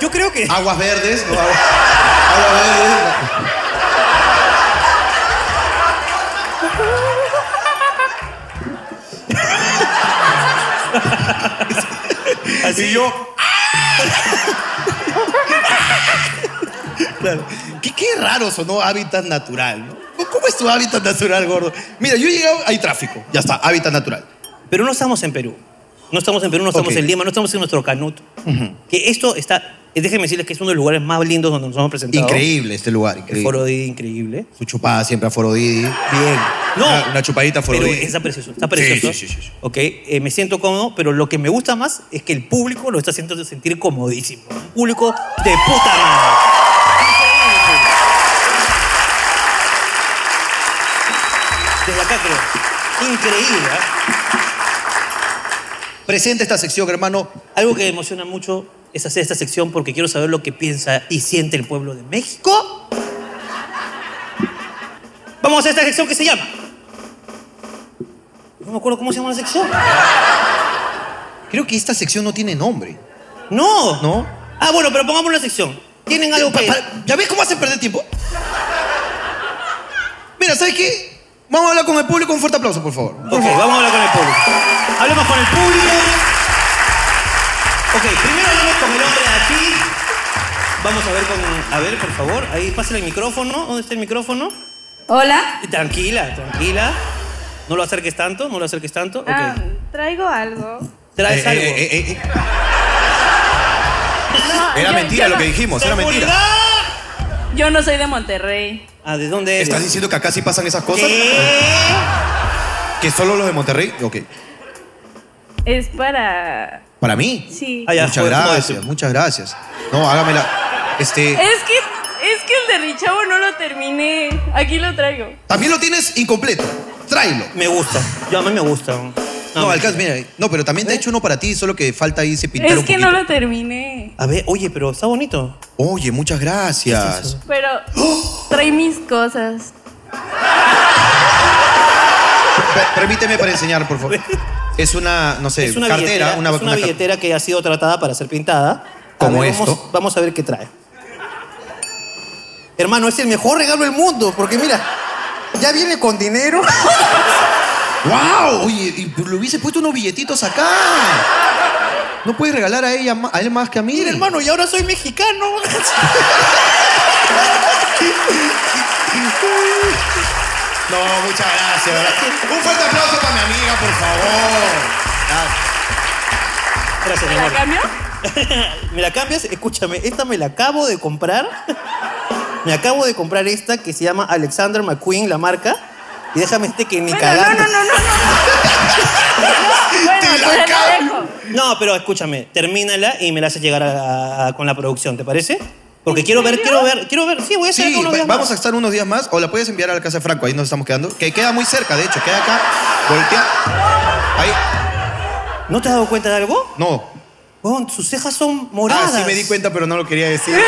S2: Yo creo que.
S3: Aguas verdes, no aguas, aguas verdes.
S2: Así
S3: Y Ah, yo. Claro. Qué, qué raro sonó hábitat natural, ¿no? ¿Cómo es tu hábitat natural, gordo? Mira, yo he llegado, hay tráfico. Ya está, hábitat natural.
S2: Pero no estamos en Perú. No estamos en Perú, no estamos
S3: Ok.
S2: en Lima, no estamos en nuestro Canut. Que esto está. eh, Déjenme decirles que es uno de los lugares más lindos donde nos hemos presentado.
S3: Increíble este lugar,
S2: El
S3: increíble.
S2: Foro Didi, increíble.
S3: Su chupada siempre a Foro Didi.
S2: Bien. No.
S3: Una, una chupadita a Foro
S2: Pero
S3: Didi.
S2: está precioso, está precioso.
S3: Sí, sí, sí, sí, sí.
S2: Ok, eh, me siento cómodo, pero lo que me gusta más es que el público lo está haciendo sentir comodísimo. Un público de puta madre. Desde acá creo. Increíble. ¿eh?
S3: Presente esta sección, hermano.
S2: Algo que me emociona mucho es hacer esta sección porque quiero saber lo que piensa y siente el pueblo de México. Vamos a esta sección que se llama. No me acuerdo cómo se llama la sección.
S3: Creo que esta sección no tiene nombre.
S2: No.
S3: ¿No?
S2: Ah, bueno, pero pongamos una sección. ¿Tienen algo
S3: Pa-
S2: que...?
S3: pa- ¿Ya ves cómo hacen perder tiempo? Mira, ¿sabes qué? Vamos a hablar con el público. Un fuerte aplauso, por favor.
S2: Ok, vamos a hablar con el público. Hablemos con el público. Ok, primero hablamos con el hombre de aquí. Vamos a ver con... A ver, por favor. Ahí, pásale el micrófono. ¿Dónde está el micrófono?
S4: Hola.
S2: Eh, Tranquila, tranquila. No lo acerques tanto, no lo acerques tanto. Ok.
S4: Ah, traigo algo.
S2: ¿Traes
S3: Eh,
S2: algo?
S3: eh, eh, eh, eh.
S4: No,
S3: Era
S4: yo-
S3: mentira
S4: yo
S3: lo
S4: no-
S3: que dijimos, era mentira.
S2: ¡Seguridad!
S4: Yo no soy de Monterrey.
S2: Ah, ¿de dónde eres?
S3: ¿Estás diciendo que acá sí pasan esas cosas?
S2: ¿Qué?
S3: ¿Que solo los de Monterrey? Ok.
S4: Es para.
S3: Para mí.
S4: Sí.
S2: Ah, ya,
S3: muchas
S2: fue, ¿cómo
S3: gracias,
S2: decir?
S3: muchas gracias. No, hágamela.
S2: Eh.
S3: Este.
S4: Es que. Es que el de Richavo no lo terminé. Aquí lo traigo.
S3: También lo tienes incompleto. Tráelo.
S2: Me gusta. Yo a mí me gusta. No, ¿Eh?
S3: No,
S2: me-
S3: alcanza, mira. No, pero también te he hecho uno para ti, solo que falta ahí se pintar
S4: Es
S3: un
S4: que
S3: poquito.
S4: no lo terminé.
S2: A ver, oye, pero está bonito.
S3: Oye, muchas gracias.
S4: Pero. Trae mis cosas.
S3: Per- Permíteme para enseñar, por favor. Es una, no sé,
S2: Es una
S3: cartera,
S2: billetera,
S3: una,
S2: es una
S3: una car-
S2: billetera que ha sido tratada para ser pintada. A
S3: Como
S2: ver, vamos-
S3: esto.
S2: Vamos, a ver qué trae. Hermano, es el mejor regalo del mundo, porque mira, ya viene con dinero.
S3: pues, ¡Wow! Oye, y le hubiese puesto unos billetitos acá. ¿No puedes regalar a ella ma- a él más que a mí?
S2: Mira, hermano, y ahora soy mexicano.
S3: No, muchas gracias. Un fuerte aplauso para mi amiga, por favor.
S2: Gracias, mi
S4: ¿La
S2: amor.
S4: cambio?
S2: ¿Me la cambias? Escúchame, esta me la acabo de comprar. Me acabo de comprar esta que se llama Alexander McQueen, la marca. Y déjame este que ni
S4: Bueno,
S2: cagar.
S4: no, no, no, no, no. No, bueno,
S3: Te la
S4: te la
S3: cambio.
S4: dejo.
S2: No, pero escúchame, termínala y me la haces llegar a- a- con la producción, ¿te parece? Porque quiero ver,
S4: serio?
S2: quiero ver, quiero ver. Sí, voy a hacer
S3: Sí,
S2: acá unos
S3: va-
S2: días
S3: vamos a
S2: más.
S3: estar unos días más o la puedes enviar a la casa de Franco, ahí nos estamos quedando. Que queda muy cerca, de hecho, queda acá. Voltea. Ahí.
S2: ¿No te has dado cuenta de algo?
S3: No.
S2: Huevón, sus cejas son
S3: Ah,
S2: moradas.
S3: sí me di cuenta, pero no lo quería decir.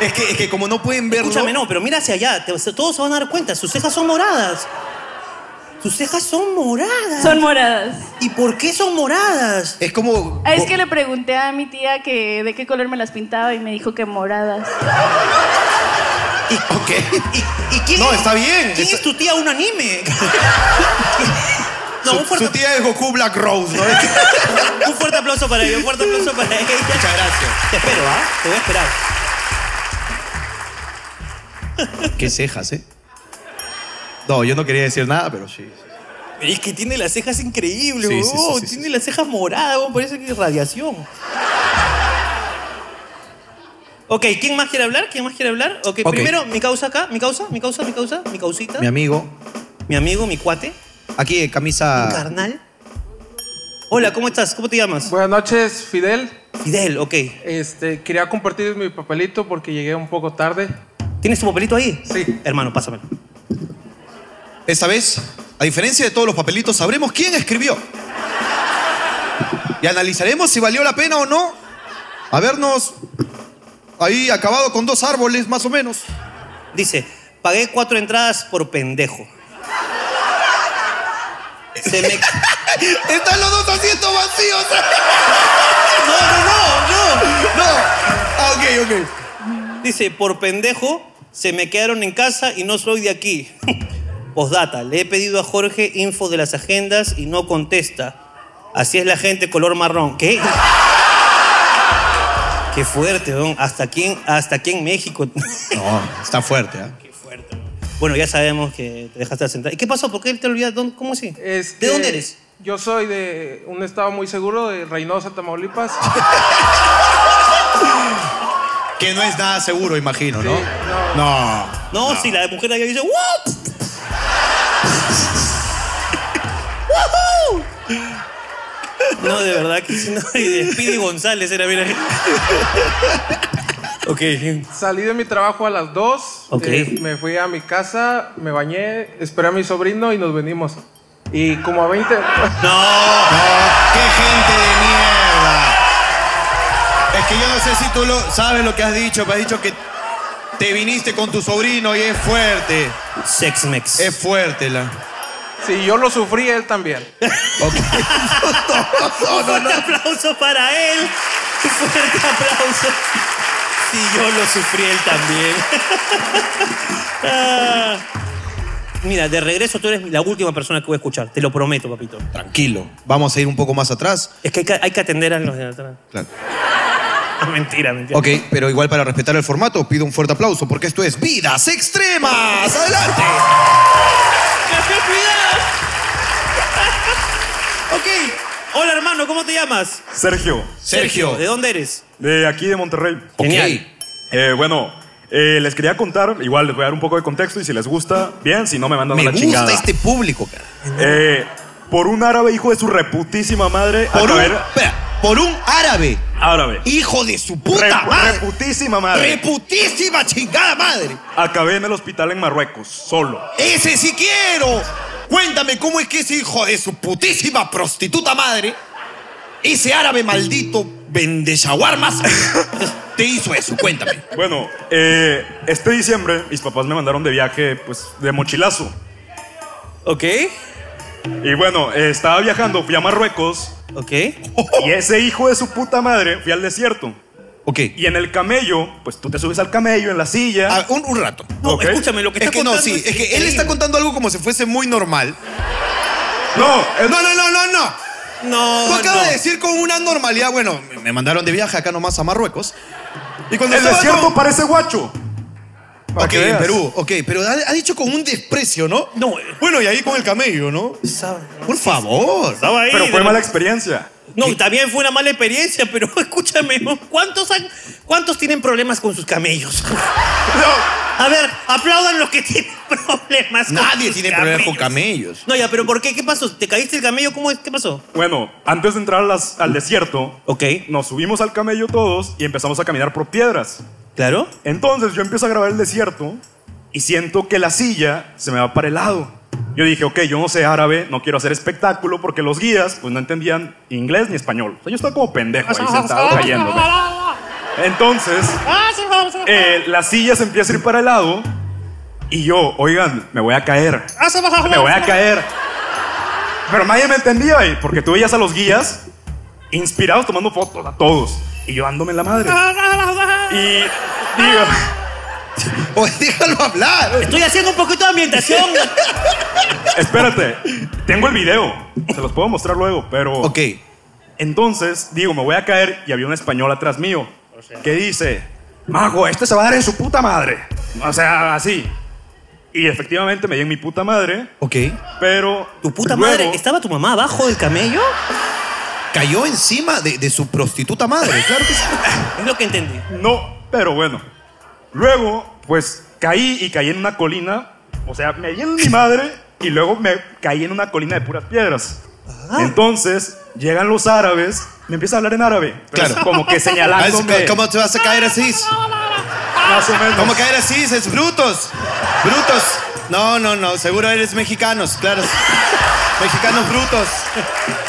S3: es, que, es que como no pueden verlo.
S2: Escúchame, no, pero mira hacia allá, te- todos se van a dar cuenta, sus cejas son moradas. Sus cejas son moradas.
S4: Son moradas.
S2: ¿Y por qué son moradas?
S3: Es como.
S4: Ah, Es que le pregunté a mi tía que de qué color me las pintaba y me dijo que moradas.
S3: Ok.
S2: ¿Y, y quién
S3: No,
S2: es-
S3: está bien,
S2: ¿Quién
S3: está-
S2: es tu tía un anime? no,
S3: Su,
S2: un fuerte,
S3: su tía es Goku Black Rose, ¿no? Es que-
S2: un fuerte aplauso para ella, un fuerte aplauso para ella.
S3: Muchas gracias.
S2: Te espero, ¿ah? Te voy a esperar.
S3: Qué cejas, ¿eh? No, yo no quería decir nada, pero sí.
S2: Pero es que tiene las cejas increíbles,
S3: Sí, sí, sí,
S2: huevón.
S3: sí, sí,
S2: tiene
S3: sí.
S2: las cejas moradas, huevón. parece que es radiación. Ok, ¿quién más quiere hablar? ¿Quién más quiere hablar? Ok,
S3: Ok.
S2: primero, mi causa acá, mi causa, mi causa, mi causa, mi causita,
S3: Mi
S2: mi,
S3: amigo,
S2: amigo, mi cuate,
S3: aquí en
S2: mi
S3: camisa.
S2: carnal. Hola, ¿cómo estás? ¿Cómo te llamas?
S5: Buenas noches, Fidel.
S2: Fidel, ok.
S5: Este, quería compartir mi papelito porque llegué un poco tarde.
S2: ¿Tienes tu papelito ahí?
S5: Sí.
S2: Hermano, pásamelo.
S3: Esta vez, a diferencia de todos los papelitos, sabremos quién escribió. Y analizaremos si valió la pena o no habernos ahí acabado con dos árboles, más o menos.
S2: Dice, pagué cuatro entradas por pendejo. Se me...
S3: Están los dos asientos vacíos.
S2: No, no, no, no.
S3: No. Ah, ok, ok.
S2: Dice, por pendejo, se me quedaron en casa y no soy de aquí. Postdata, le he pedido a Jorge info de las agendas y no contesta. Así es la gente color marrón. ¿Qué? Qué fuerte, don. Hasta aquí, en- hasta aquí en México.
S3: No, está fuerte, ¿ah?
S2: Qué fuerte. don. Bueno, ya sabemos que te dejaste sentar. ¿Y qué pasó? ¿Por qué te olvidas? don? ¿Cómo así?
S5: Es
S2: ¿De
S5: que
S2: dónde eres?
S5: Este, Yo soy de un estado muy seguro, de Reynosa, Tamaulipas.
S3: Que no es nada seguro, imagino, ¿no?
S5: Sí,
S3: no.
S2: No, si la mujer había dicho, ¿what? ¡Wahoo! no, de verdad que si no, y de Speedy González era, mira. ok.
S5: Salí de mi trabajo a las 2.
S2: Ok.
S5: me fui a mi casa, me bañé, esperé a mi sobrino y nos venimos. Y como a 20...
S2: No,
S3: No, qué gente de mierda. Es que yo no sé si tú lo sabes lo que has dicho, pero has dicho que te viniste con tu sobrino y es fuerte.
S2: Sex Mex.
S3: Es fuerte la.
S5: Si yo lo sufrí, él también.
S2: Un fuerte aplauso para él. Un fuerte aplauso. Si yo lo sufrí él también. Ah. Mira, de regreso tú eres la última persona que voy a escuchar. Te lo prometo, papito.
S3: Tranquilo. Vamos a ir un poco más atrás.
S2: Es que hay que, hay que atender a los de atrás.
S3: Claro.
S2: Ah, mentira, mentira.
S3: Ok, pero igual para respetar el formato, pido un fuerte aplauso porque esto es Vidas Extremas. ¡Adelante!
S2: Ok. Hola, hermano, ¿cómo te llamas?
S6: Sergio,
S2: ¿De dónde eres?
S6: de aquí de Monterrey.
S2: Genial.
S6: Eh, bueno, eh, les quería contar, igual les voy a dar un poco de contexto y si les gusta, bien, si no me mandan a
S3: Me
S6: la
S3: gusta
S6: chingada.
S3: este público, cara.
S6: Eh, por un árabe hijo de su reputísima madre,
S3: Por un,
S6: acabé-
S3: espera, por un árabe,
S6: árabe.
S3: hijo de su puta
S6: Repu-
S3: madre.
S6: Reputísima madre.
S3: Reputísima chingada madre.
S6: Acabé en el hospital en Marruecos, solo.
S3: Ese sí quiero. Cuéntame cómo es que ese hijo de su putísima prostituta madre, ese árabe maldito vendejaguarmas, te hizo eso. Cuéntame.
S6: Bueno, eh, este diciembre mis papás me mandaron de viaje, pues, de mochilazo.
S2: Ok.
S6: Y bueno, eh, estaba viajando, fui a Marruecos
S2: Ok.
S6: y ese hijo de su puta madre fui al desierto.
S3: Ok.
S6: Y en el camello, pues tú te subes al camello en la silla.
S3: a- Ah, un, un rato.
S2: No,
S6: Ok.
S2: escúchame, lo que
S3: Es
S2: está
S3: que no,
S2: contando
S3: sí. Es que él
S2: increíble.
S3: está contando algo como si fuese muy normal.
S6: eh, No, es-
S3: No, no, no, no, no.
S2: No,
S3: Tú acabas
S2: no.
S3: de decir con una normalidad, bueno, me- me mandaron de viaje acá nomás a Marruecos. Y cuando
S6: El
S3: estaba
S6: desierto
S3: con-
S6: parece guacho. para
S3: Ok,
S6: que
S3: en
S6: veas.
S3: Perú, ok, pero ha, ha dicho con un desprecio, ¿no? No. Bueno, y ahí con el camello, ¿no? Por favor.
S2: Estaba ahí.
S6: Pero
S2: de-
S6: fue mala experiencia.
S2: No, también fue una mala experiencia, pero escúchame, ¿cuántos, han- cuántos tienen problemas con sus camellos? A ver, aplaudan los que tienen problemas. con
S3: Nadie
S2: sus
S3: tiene problemas con
S2: camellos.
S3: camellos.
S2: No, ya, pero ¿por qué? ¿Qué pasó? ¿Te caíste el camello? ¿Cómo es? ¿Qué pasó?
S6: Bueno, antes de entrar a las- al desierto,
S2: Ok,
S6: nos subimos al camello todos y empezamos a caminar por piedras.
S2: claro.
S6: Entonces yo empiezo a grabar el desierto y siento que la silla se me va para el lado. Yo dije, ok, yo no sé árabe, no quiero hacer espectáculo porque los guías pues no entendían inglés ni español. O sea, yo estaba como pendejo ahí sentado cayéndome. Entonces, eh, la silla se empieza a ir para el lado y yo, oigan, me voy a caer. Me voy a caer. Pero nadie me entendía ahí, porque tú veías a los guías inspirados tomando fotos a todos y yo dándome la madre. Y digo,
S3: Oye, déjalo hablar.
S2: Estoy haciendo un poquito de ambientación.
S6: espérate, tengo el video, se los puedo mostrar luego, pero...
S3: Ok.
S6: Entonces, digo, me voy a caer y había un español atrás mío que dice, Mago, este se va a dar en su puta madre. O sea, así. Y efectivamente me di en mi puta madre,
S3: Ok.
S6: pero...
S2: ¿Tu puta
S6: luego-
S2: madre? ¿Estaba tu mamá abajo del camello?
S3: Cayó encima de, de su prostituta madre, claro que sí.
S2: Es lo que entendí.
S6: No, pero bueno. Luego, pues caí y caí en una colina. O sea, me di en mi madre y luego me caí en una colina de puras piedras. Entonces, llegan los árabes, me empieza a hablar en árabe. pero
S3: Claro.
S6: es Como que
S3: Ah, es-
S6: señalándome.
S3: ¿Cómo te vas a caer así?
S6: Más o menos.
S3: ¿Cómo caer así? Es brutos. Brutos. No, no, no. Seguro eres mexicanos, claro. Mexicanos brutos.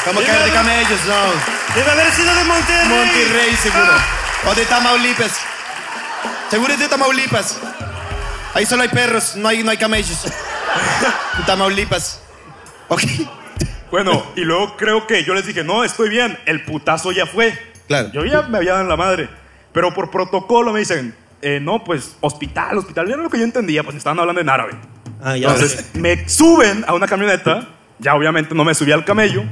S3: ¿Cómo caer de camellos? No.
S2: Debe haber sido de Monterrey.
S3: Monterrey, seguro. O de Tamaulipas. Seguro es de Tamaulipas. Ahí solo hay perros, no hay, no hay camellos. En Tamaulipas. Ok.
S6: Bueno, y luego creo que yo les dije, no, estoy bien, el putazo ya fue.
S3: Claro.
S6: Yo ya me había dado en la madre. Pero por protocolo me dicen, eh, no, pues hospital, hospital. Era lo que yo entendía, pues me estaban hablando en árabe.
S2: Ah, ya.
S6: Entonces me suben a una camioneta, ya obviamente no me subí al camello,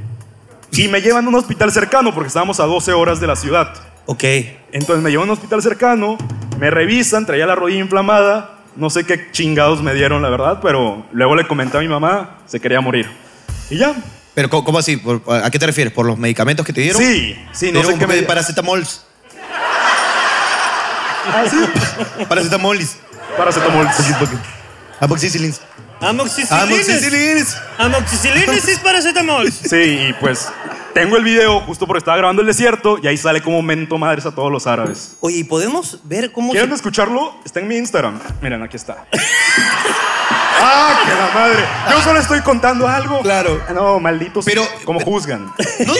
S6: y me llevan a un hospital cercano porque estábamos a 12 horas de la ciudad.
S2: Ok.
S6: Entonces me llevan a un hospital cercano, me revisan, traía la rodilla inflamada, no sé qué chingados me dieron, la verdad, pero luego le comenté a mi mamá, se quería morir. Y ya.
S3: Pero, ¿cómo, cómo así? ¿Por- ¿A qué te refieres? ¿Por los medicamentos que te dieron?
S6: Sí, sí,
S3: ¿Te
S6: no sé
S3: dieron
S6: qué me
S3: paracetamol. Paracetamolis.
S6: Ah, Paracetamol.
S3: Amoxicilins.
S2: Amoxicilina. Amoxicilina es paracetamol.
S6: Sí, y pues tengo el video justo porque estaba grabando el desierto y ahí sale como mento madres a todos los árabes.
S2: Oye, ¿y podemos ver cómo
S6: ¿Quieren escucharlo? Está en mi Instagram. Miren, aquí está. ¡Ah, que la madre! Yo solo estoy contando algo.
S3: Claro.
S6: No, malditos.
S3: Pero-
S6: Como juzgan.
S3: No,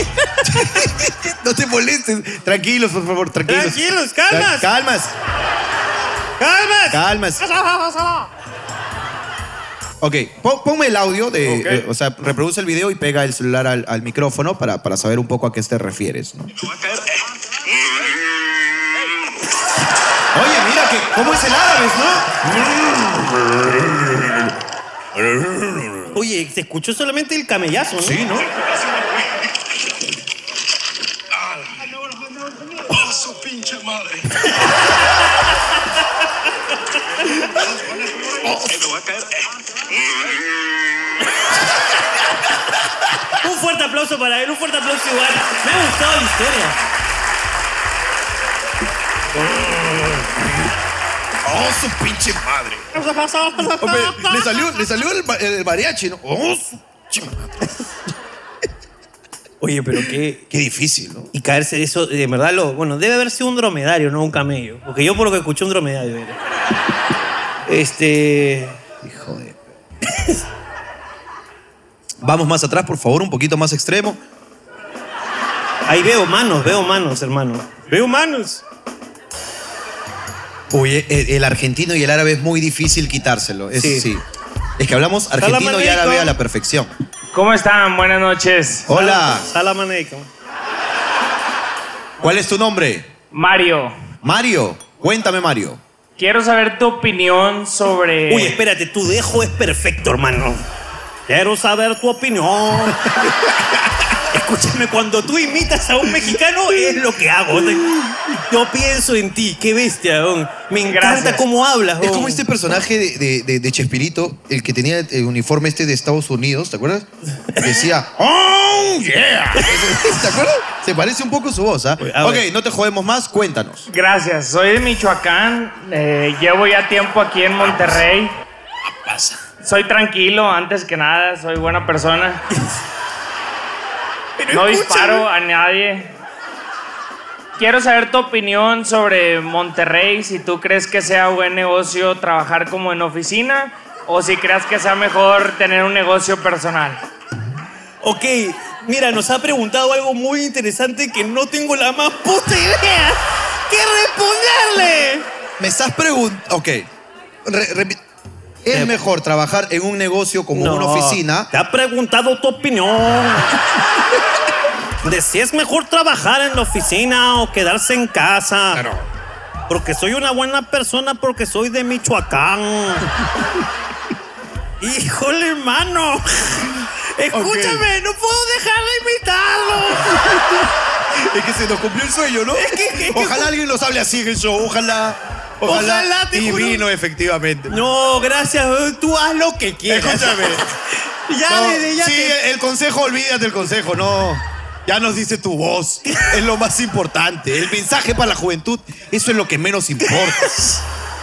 S3: no te molestes. Tranquilos, por favor, tranquilos.
S2: Tranquilos,
S3: Tra-
S2: calmas,
S3: calmas,
S2: calmas.
S3: calmas. Ok, pon- ponme el audio de.
S6: Ok.
S3: eh, o sea, reproduce el video y pega el celular al, al micrófono para, para saber un poco a qué te refieres. ¿no? Oye, mira que. ¿Cómo es el árabe, no?
S2: Oye, se escuchó solamente el camellazo, ¿no?
S3: Sí, ¿no?
S7: su pinche madre. Eh, me voy a caer.
S2: Un fuerte aplauso para él, un fuerte aplauso igual. Me ha gustado la historia.
S3: ¡Oh, su pinche madre! Hombre, le salió, le salió el, ma- el mariachi, ¿no? ¡Oh, su pinche madre!
S2: Oye, pero qué.
S3: Qué difícil, ¿no?
S2: Y caerse de eso, de verdad, lo, bueno, debe haber sido un dromedario, no un camello. Porque yo por lo que escuché un dromedario era. Este.
S3: Hijo de... Vamos más atrás, por favor, un poquito más extremo.
S2: Ahí veo manos, veo manos, hermano. Veo manos.
S3: Oye, eh, el, el argentino y el árabe es muy difícil quitárselo. Es,
S2: Sí.
S3: sí. Es que hablamos argentino y
S2: Salamanca.
S3: árabe a la perfección.
S8: ¿Cómo están? Buenas noches.
S3: Hola,
S2: Salam aleikum.
S3: ¿cuál es tu nombre?
S8: Mario,
S3: Mario. Cuéntame, Mario.
S8: quiero saber tu opinión sobre...
S2: Uy, espérate, tu dejo es perfecto, hermano. Quiero saber tu opinión. Escúchame, cuando tú imitas a un mexicano es lo que hago. O sea, Yo pienso en ti, qué bestia, don. Me encanta
S8: Gracias.
S2: cómo hablas,
S3: Es
S2: don.
S3: como este personaje de, de- de- de Chespirito, el que tenía el uniforme este de Estados Unidos, ¿te acuerdas? Decía, ¡Oh, yeah! ¿Te acuerdas? Se parece un poco su voz, ¿ah?
S2: a
S3: Ok,
S2: ver.
S3: no te jodemos más, cuéntanos.
S8: Gracias, soy de Michoacán, eh, llevo ya tiempo aquí en Monterrey. Soy tranquilo, antes que nada, soy buena persona. no disparo a nadie. Quiero saber tu opinión sobre Monterrey, si tú crees que sea buen negocio trabajar como en oficina o si creas que sea mejor tener un negocio personal.
S2: Ok, mira, nos ha preguntado algo muy interesante que no tengo la más puta idea. ¿Qué responderle?
S3: Me estás preguntando. Ok. Re- repi- ¿Es mejor trabajar en un negocio como una oficina?
S2: Te ha preguntado tu opinión. De si es mejor trabajar en la oficina o quedarse en casa. Porque soy una buena persona porque soy de Michoacán. Híjole, hermano. Escúchame, no puedo dejar de imitarlo.
S3: Es que se nos cumplió el sueño, ¿no?
S2: que- es que-
S3: ojalá alguien los hable así en el show, ojalá. Ojalá.
S2: Ojalá, te
S3: y
S2: juro.
S3: vino, efectivamente.
S2: No, gracias. Tú haz lo que quieras.
S3: Escúchame.
S2: Ya
S3: No,
S2: desde ya
S3: sí,
S7: eh.
S2: te-
S3: el consejo, olvídate el consejo, no. Ya nos dice tu voz. Es lo más importante. El mensaje para la juventud, eso es lo que menos importa.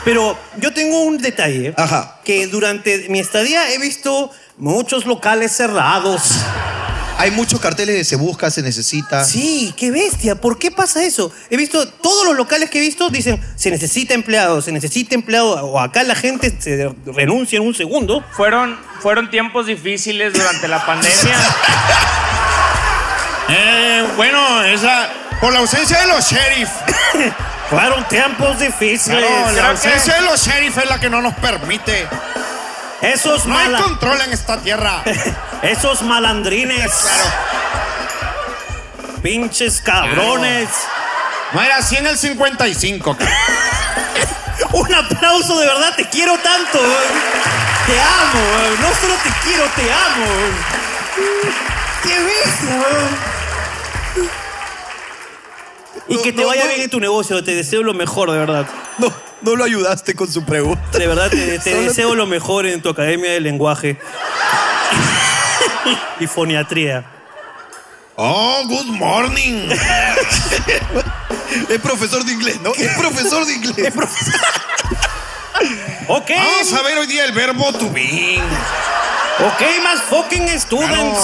S2: Pero yo tengo un detalle.
S3: Ajá.
S2: Que durante mi estadía he visto muchos locales cerrados.
S3: Hay muchos carteles de se busca, se necesita.
S2: Sí, qué bestia. ¿Por qué pasa eso? He visto todos los locales que he visto dicen se necesita empleado, se necesita empleado o acá la gente se renuncia en un segundo.
S8: Fueron, fueron tiempos difíciles durante la pandemia.
S7: Eh, bueno, esa. Por la ausencia de los sheriff.
S2: Fueron tiempos difíciles.
S7: Claro,
S8: creo
S7: la ausencia
S8: que-
S7: de los sheriff es la que no nos permite.
S2: Esos,
S7: No hay control en esta tierra.
S2: esos malandrines. Pinches cabrones.
S7: No era así en el 55, cabrón.
S2: Un aplauso, de verdad, te quiero tanto. weón. Te amo, weón. no solo te quiero, te amo. weón. ¡Qué bestia! weón. Y que te vaya bien en tu negocio, te deseo lo mejor, de verdad.
S3: No, no lo ayudaste con su pregunta.
S2: De verdad, te, te deseo lo mejor en tu academia de lenguaje y foniatría.
S7: Oh, good morning.
S3: Es profesor de inglés, ¿no? Es profesor de inglés.
S2: Ok,
S7: Vamos a ver hoy día el verbo to be.
S2: ok, más fucking students.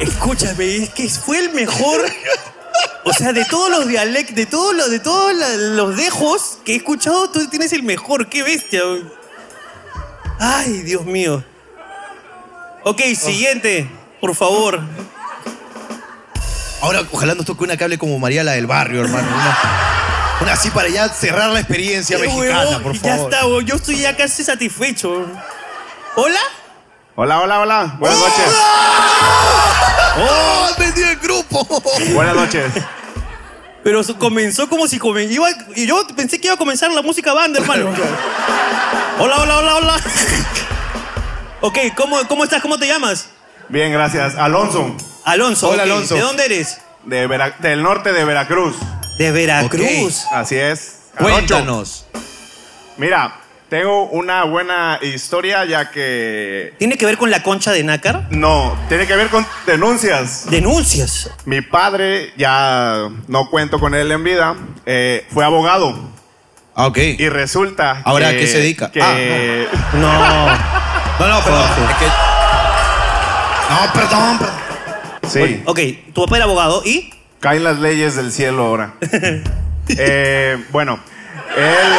S2: Escúchame, es que fue el mejor. O sea, de todos los dialectos, de todos los, de todos la- los dejos que he escuchado, tú tienes el mejor. ¡Qué bestia! güey. Ay, Dios mío. Ok,
S3: Oh.
S2: siguiente, por favor.
S3: Ahora, ojalá nos toque una cable como María la del barrio, hermano. Una, una así para ya cerrar la experiencia mexicana,
S2: Huevón,
S3: por
S2: ya
S3: favor.
S2: está, güey, yo estoy ya casi satisfecho. ¿Hola?
S9: Hola, hola, hola. Buenas
S6: Ah.
S9: noches.
S3: ¡Oh! ¡Han vendido el grupo!
S9: Buenas noches.
S2: Pero su- comenzó como si come- iba- y yo pensé que iba a comenzar la música banda, hermano. hola, hola, hola, hola. ok, ¿cómo, ¿cómo estás? ¿Cómo te llamas?
S9: Bien, gracias. Alonso,
S2: Alonso.
S3: Hola,
S2: ok.
S3: Alonso.
S2: ¿De dónde eres?
S9: de Vera- del norte de Veracruz.
S2: De Veracruz.
S9: Así es. Jarocho.
S3: Cuéntanos.
S9: Mira, tengo una buena historia ya que...
S2: ¿Tiene que ver con la concha de nácar?
S9: No, tiene que ver con denuncias.
S2: Denuncias.
S9: Mi padre, ya no cuento con él en vida, eh, fue abogado.
S3: Ah, ok.
S9: Y resulta
S3: Ahora, ¿a
S9: que,
S3: qué se dedica?
S9: que-
S3: Ah,
S2: No.
S3: No, no, perdón. Es que- No, perdón, perdón.
S9: Sí,
S2: ok, tu papá era abogado y.
S9: caen las leyes del cielo ahora. Eh, bueno, él,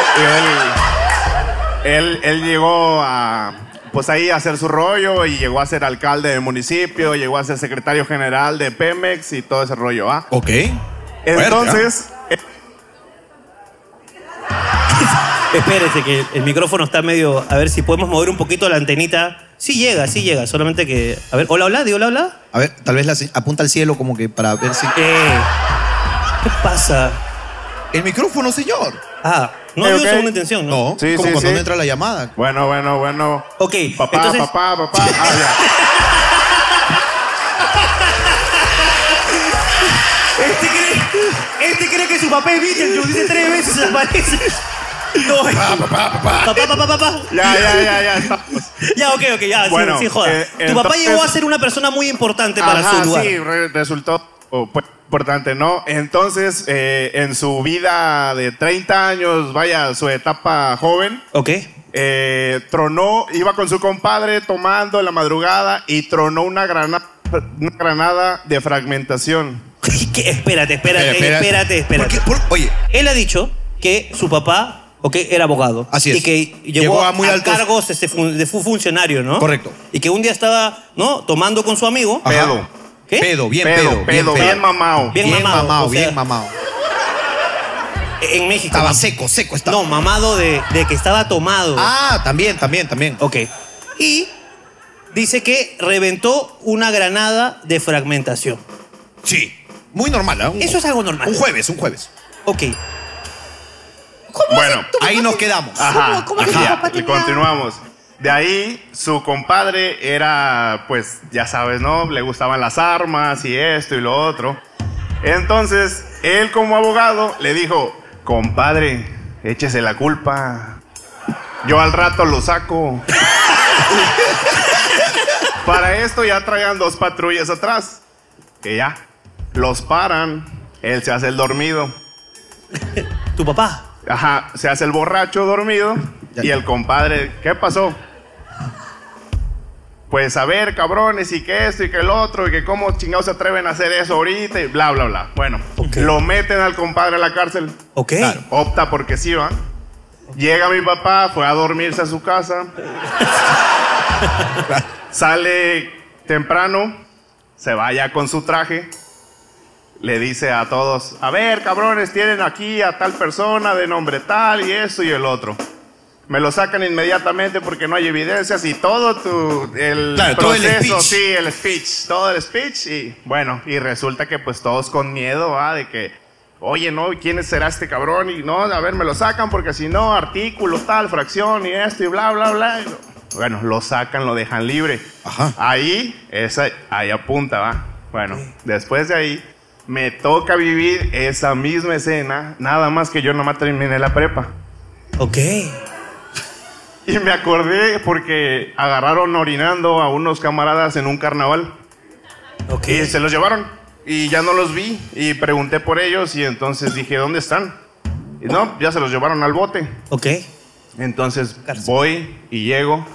S9: él- él- él llegó a... Pues ahí a hacer su rollo y llegó a ser alcalde del municipio, llegó a ser secretario general de Pemex y todo ese rollo, ¿ah?
S3: Ok. ¿ah?
S9: Entonces,
S2: Espérese, que el micrófono está medio. A ver si podemos mover un poquito la antenita. Sí llega, sí llega, solamente que. A ver, hola, hola, di hola, hola.
S3: A ver, tal vez la se- apunta al cielo como que para ver si.
S2: Eh, ¿Qué pasa?
S3: El micrófono, señor.
S2: Ah, no
S9: Eh,
S2: había
S9: ok.
S2: segunda intención, ¿no?
S3: No,
S9: Sí,
S3: como
S9: sí,
S3: cuando
S9: sí.
S3: no entra la llamada.
S9: bueno, bueno, bueno.
S2: Ok,
S9: Papá,
S2: entonces,
S9: papá, papá. Ah,
S2: este papel Beetlejuice, dice tres veces se aparece. No, papá, papá, papá.
S9: Ya, ya, ya, ya. estamos.
S2: Ya, ok, ok, ya, sí,
S9: Bueno,
S2: sí, joda.
S9: eh,
S2: tu papá
S9: entonces-
S2: llegó a ser una persona muy importante para
S9: Ajá,
S2: su lugar.
S9: sí, re- resultó oh, pues, importante, ¿no? Entonces, eh, en su vida de 30 años, vaya, su etapa joven,
S2: Ok.
S9: eh, tronó, iba con su compadre tomando en la madrugada y tronó una, grana- una granada de fragmentación.
S2: ¿Qué? Espérate,
S7: Espera,
S2: espérate,
S7: espera.
S2: espérate, espérate.
S3: Porque, por- oye,
S2: Él ha dicho que su papá ok, era abogado.
S3: Así es.
S2: Y que llegó,
S3: Llegó
S2: a,
S3: a muy altos-
S2: cargos este, fun- de fu- funcionario, ¿no?
S3: Correcto. Ah,
S2: Y que un día estaba, ¿no? Tomando con su amigo.
S3: Ajá.
S9: Pedo.
S2: ¿Qué?
S3: pedo, bien
S9: pedo,
S3: pedo, bien pedo.
S9: bien mamado.
S2: Bien
S3: Bien
S2: mamado,
S3: mamado,
S2: o sea-
S3: bien mamado.
S2: En México.
S3: Estaba seco, seco estaba.
S2: No, mamado de, de que estaba tomado.
S3: Ah, también, también, también.
S2: Ok. Y dice que reventó una granada de fragmentación.
S3: Sí. Muy normal, ¿ah? Un-
S2: Eso es algo normal.
S3: Un jueves, un jueves.
S2: Ok.
S9: Bueno,
S3: Ahí nos quedamos.
S9: Ajá,
S4: ¿Cómo que tu
S9: ajá.
S4: papá tenía-
S9: Continuamos. De ahí, su compadre era, pues, ya sabes, ¿no? Le gustaban las armas y esto y lo otro. Entonces, él como abogado le dijo, compadre, échese la culpa. Yo al rato lo saco. Para esto ya traían dos patrullas atrás. Que ya, los paran. Él se hace el dormido.
S2: Tu papá.
S9: Ajá, se hace el borracho dormido y el compadre, ¿qué pasó? Pues a ver, cabrones, y que esto y que el otro, y que cómo chingados se atreven a hacer eso ahorita, y bla, bla, bla. Bueno,
S2: Ok.
S9: lo meten al compadre a la cárcel,
S2: Ok.
S9: opta porque sí, ¿va? Llega mi papá, fue a dormirse a su casa, sale temprano, se vaya con su traje, le dice a todos, a ver, cabrones, tienen aquí a tal persona de nombre tal y eso y el otro. Me lo sacan inmediatamente porque no hay evidencias y todo tu el
S3: Claro, todo el
S9: proceso,
S3: speech.
S9: sí, el speech, todo el speech y bueno, y resulta que pues todos con miedo, ¿va? de que Oye, no, ¿quién será este cabrón? Y no, a ver, me lo sacan porque si no, artículo, tal, fracción y esto y bla, bla, bla. Y lo- Bueno, lo sacan, lo dejan libre.
S3: Ajá.
S9: Ahí, esa, ahí apunta, va. Bueno, después de ahí, me toca vivir esa misma escena, nada más que yo nomás terminé la prepa.
S2: Ok.
S9: Y me acordé porque agarraron orinando a unos camaradas en un carnaval
S2: Ok.
S9: y se los llevaron. Y ya no los vi y pregunté por ellos y entonces dije, ¿dónde están? Y no, ya se los llevaron al bote.
S2: Ok.
S9: Entonces
S2: Cárcel.
S9: voy y llego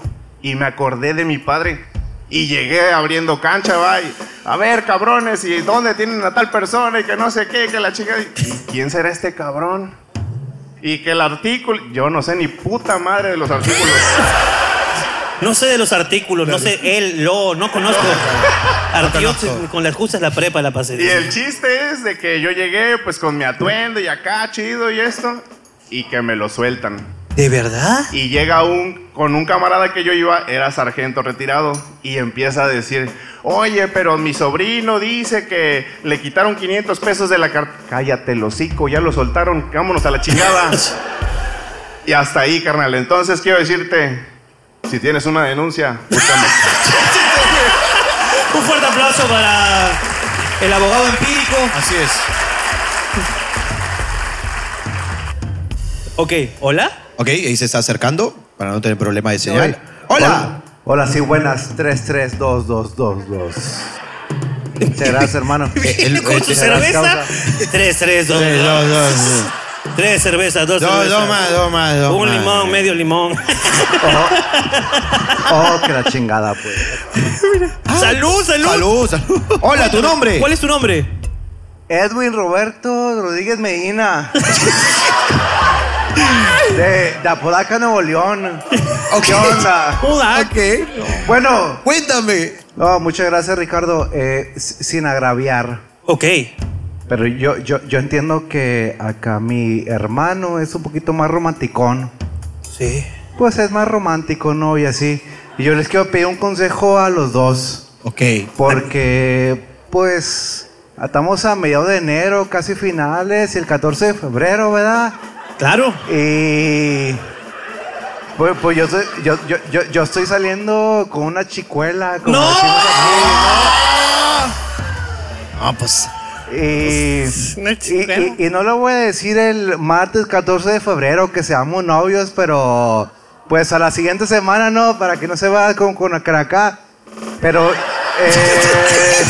S9: y me acordé de mi padre. Y llegué abriendo cancha, va. y, a ver, cabrones, ¿y dónde tienen a tal persona? Y que no sé qué, que la chica. y, "¿Y ¿Quién será este cabrón? Y que el artículo. Yo no sé ni puta madre de los artículos.
S2: No sé de los artículos, no sé él, lo, no conozco. Artios, con las justas la prepa la pasé.
S9: Y el chiste es de que yo llegué, pues con mi atuendo y acá, chido y esto. Y que me lo sueltan.
S2: ¿De verdad?
S9: Y llega un, con un camarada que yo iba, era sargento retirado, y empieza a decir, oye, pero mi sobrino dice que le quitaron 500 pesos de la carta. Cállate, el hocico, ya lo soltaron, vámonos a la chingada. y hasta ahí, carnal. Entonces quiero decirte, si tienes una denuncia, búscame.
S2: Un fuerte aplauso para el abogado empírico.
S3: Así es.
S2: Ok, hola.
S3: Ok, ahí se está acercando para no tener problema de señal. Hola.
S10: Hola, sí, buenas. 3, 3, 2, 2, 2, 2. Serás, hermano.
S3: Eh, el-
S2: Con
S3: el-
S2: su
S3: el-
S2: cerveza.
S10: causa.
S2: Tres, tres, dos.
S3: Tres,
S2: dos.
S3: dos, dos.
S2: Tres cervezas, dos,
S3: Dos,
S2: cervezas.
S3: dos más, dos más, dos
S2: Un
S3: más.
S2: limón, medio limón.
S10: Oh, que la chingada, pues.
S2: salud, salud.
S3: Ah, Salud, salud. Hola, tu nombre.
S2: ¿Cuál es tu nombre?
S10: Edwin Roberto Rodríguez Medina. De, de Apodaca, Nuevo León.
S3: Ok.
S10: ¿Qué onda?
S2: Hola.
S3: Ah, Ok.
S10: Bueno,
S3: Cuéntame.
S10: no, muchas gracias, Ricardo. Eh, s- sin agraviar.
S2: Ok.
S10: Pero yo, yo, yo entiendo que acá mi hermano es un poquito más romanticón.
S2: Sí.
S10: Pues es más romántico, ¿no? Y así. Y yo les quiero pedir un consejo a los dos.
S3: Ok.
S10: Porque, pues, estamos a mediados de enero, casi finales, y el 14 de febrero, ¿verdad?
S2: Claro.
S10: Y. Pues, pues yo, soy- yo, yo, yo, yo estoy saliendo con una chicuela. Como
S2: ¡No!
S10: decimos aquí,
S3: Ah, pues.
S10: ¿no? Y, y- y- y no lo voy a decir el martes 14 de febrero que seamos novios, pero pues a la siguiente semana no, para que no se vaya con, con acá. Pero. eh,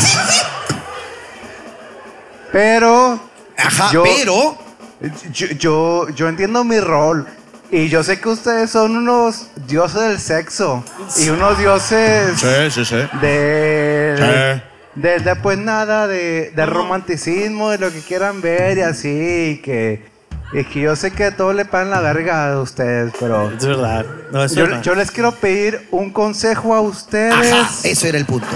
S10: pero.
S3: Ajá, pero-
S10: Yo, yo, yo entiendo mi rol. Y yo sé que ustedes son unos dioses del sexo. Y unos dioses.
S7: Sí, sí, sí.
S10: Del, del- de, pues nada, de, de romanticismo, de lo que quieran ver y así, y que, es que yo sé que a todos le pagan la verga a ustedes, pero...
S2: Es verdad. No, es
S10: yo,
S2: verdad.
S10: yo les quiero pedir un consejo a ustedes.
S3: eso era el punto.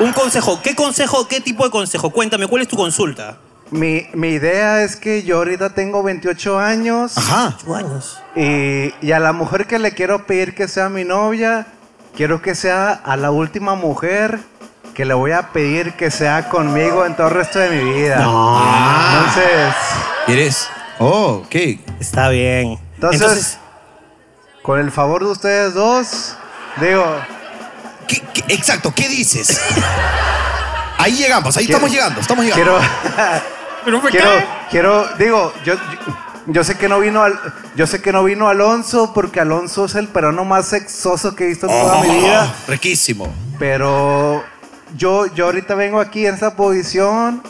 S2: Un consejo. ¿Qué consejo, qué tipo de consejo? Cuéntame, ¿cuál es tu consulta?
S10: Mi, mi idea es que yo ahorita tengo 28 años.
S3: Ajá.
S2: años.
S10: Y, y a la mujer que le quiero pedir que sea mi novia, quiero que sea a la última mujer que le voy a pedir que sea conmigo en todo el resto de mi vida. Entonces,
S3: ¿Quieres? Oh, ok.
S2: Está bien.
S10: entonces, con el favor de ustedes dos, digo,
S3: ¿Qué- exacto, ¿qué dices? ahí llegamos, ahí
S10: Quiero-
S3: estamos llegando, estamos llegando.
S10: quiero, quiero, quiero, digo, yo, yo, yo sé que no vino al, yo sé que no vino Alonso porque Alonso es el peruano más sexoso que he visto en toda mi vida.
S3: Ah, Riquísimo.
S10: Pero yo, yo ahorita vengo aquí en esa posición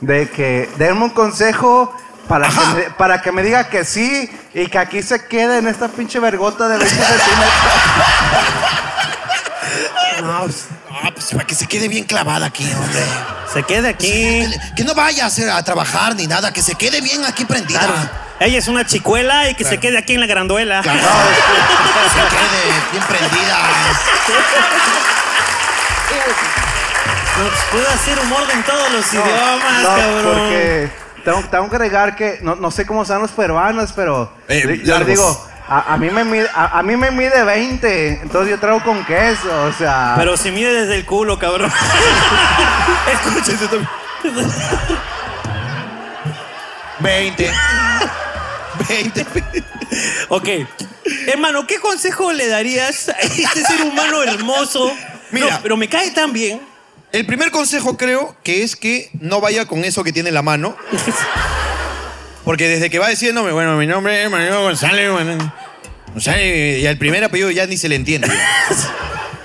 S10: de que denme un consejo para que, me, para que me diga que sí y que aquí se quede en esta pinche vergota de 20 centímetros.
S3: No, pues, no, pues, para que se quede bien clavada aquí, hombre.
S2: Se quede aquí.
S3: Que, que no vaya a, hacer, a trabajar ni nada, que se quede bien aquí prendida.
S2: Ella es una chicuela y que se quede aquí en la granduela.
S3: Que se quede bien prendida.
S2: Puedo hacer humor en todos los idiomas,
S10: No,
S2: cabrón.
S10: porque tengo, tengo que agregar que no, no sé cómo están los peruanos, pero
S7: Eh,
S10: yo- yo
S7: largos.
S10: digo, a, a mí me mide, a, a mí me mide 20, entonces yo traigo con queso, o sea.
S2: Pero si mide desde el culo, cabrón.
S3: Escúchense también. 20. 20.
S2: ok. Hermano, ¿qué consejo le darías a este ser humano hermoso?
S3: Mira.
S2: No, pero me cae tan bien.
S3: El primer consejo creo que es que no vaya con eso que tiene en la mano. Porque desde que va diciéndome, bueno, mi nombre es Manuel González, bueno, González, y al primer apellido ya ni se le entiende.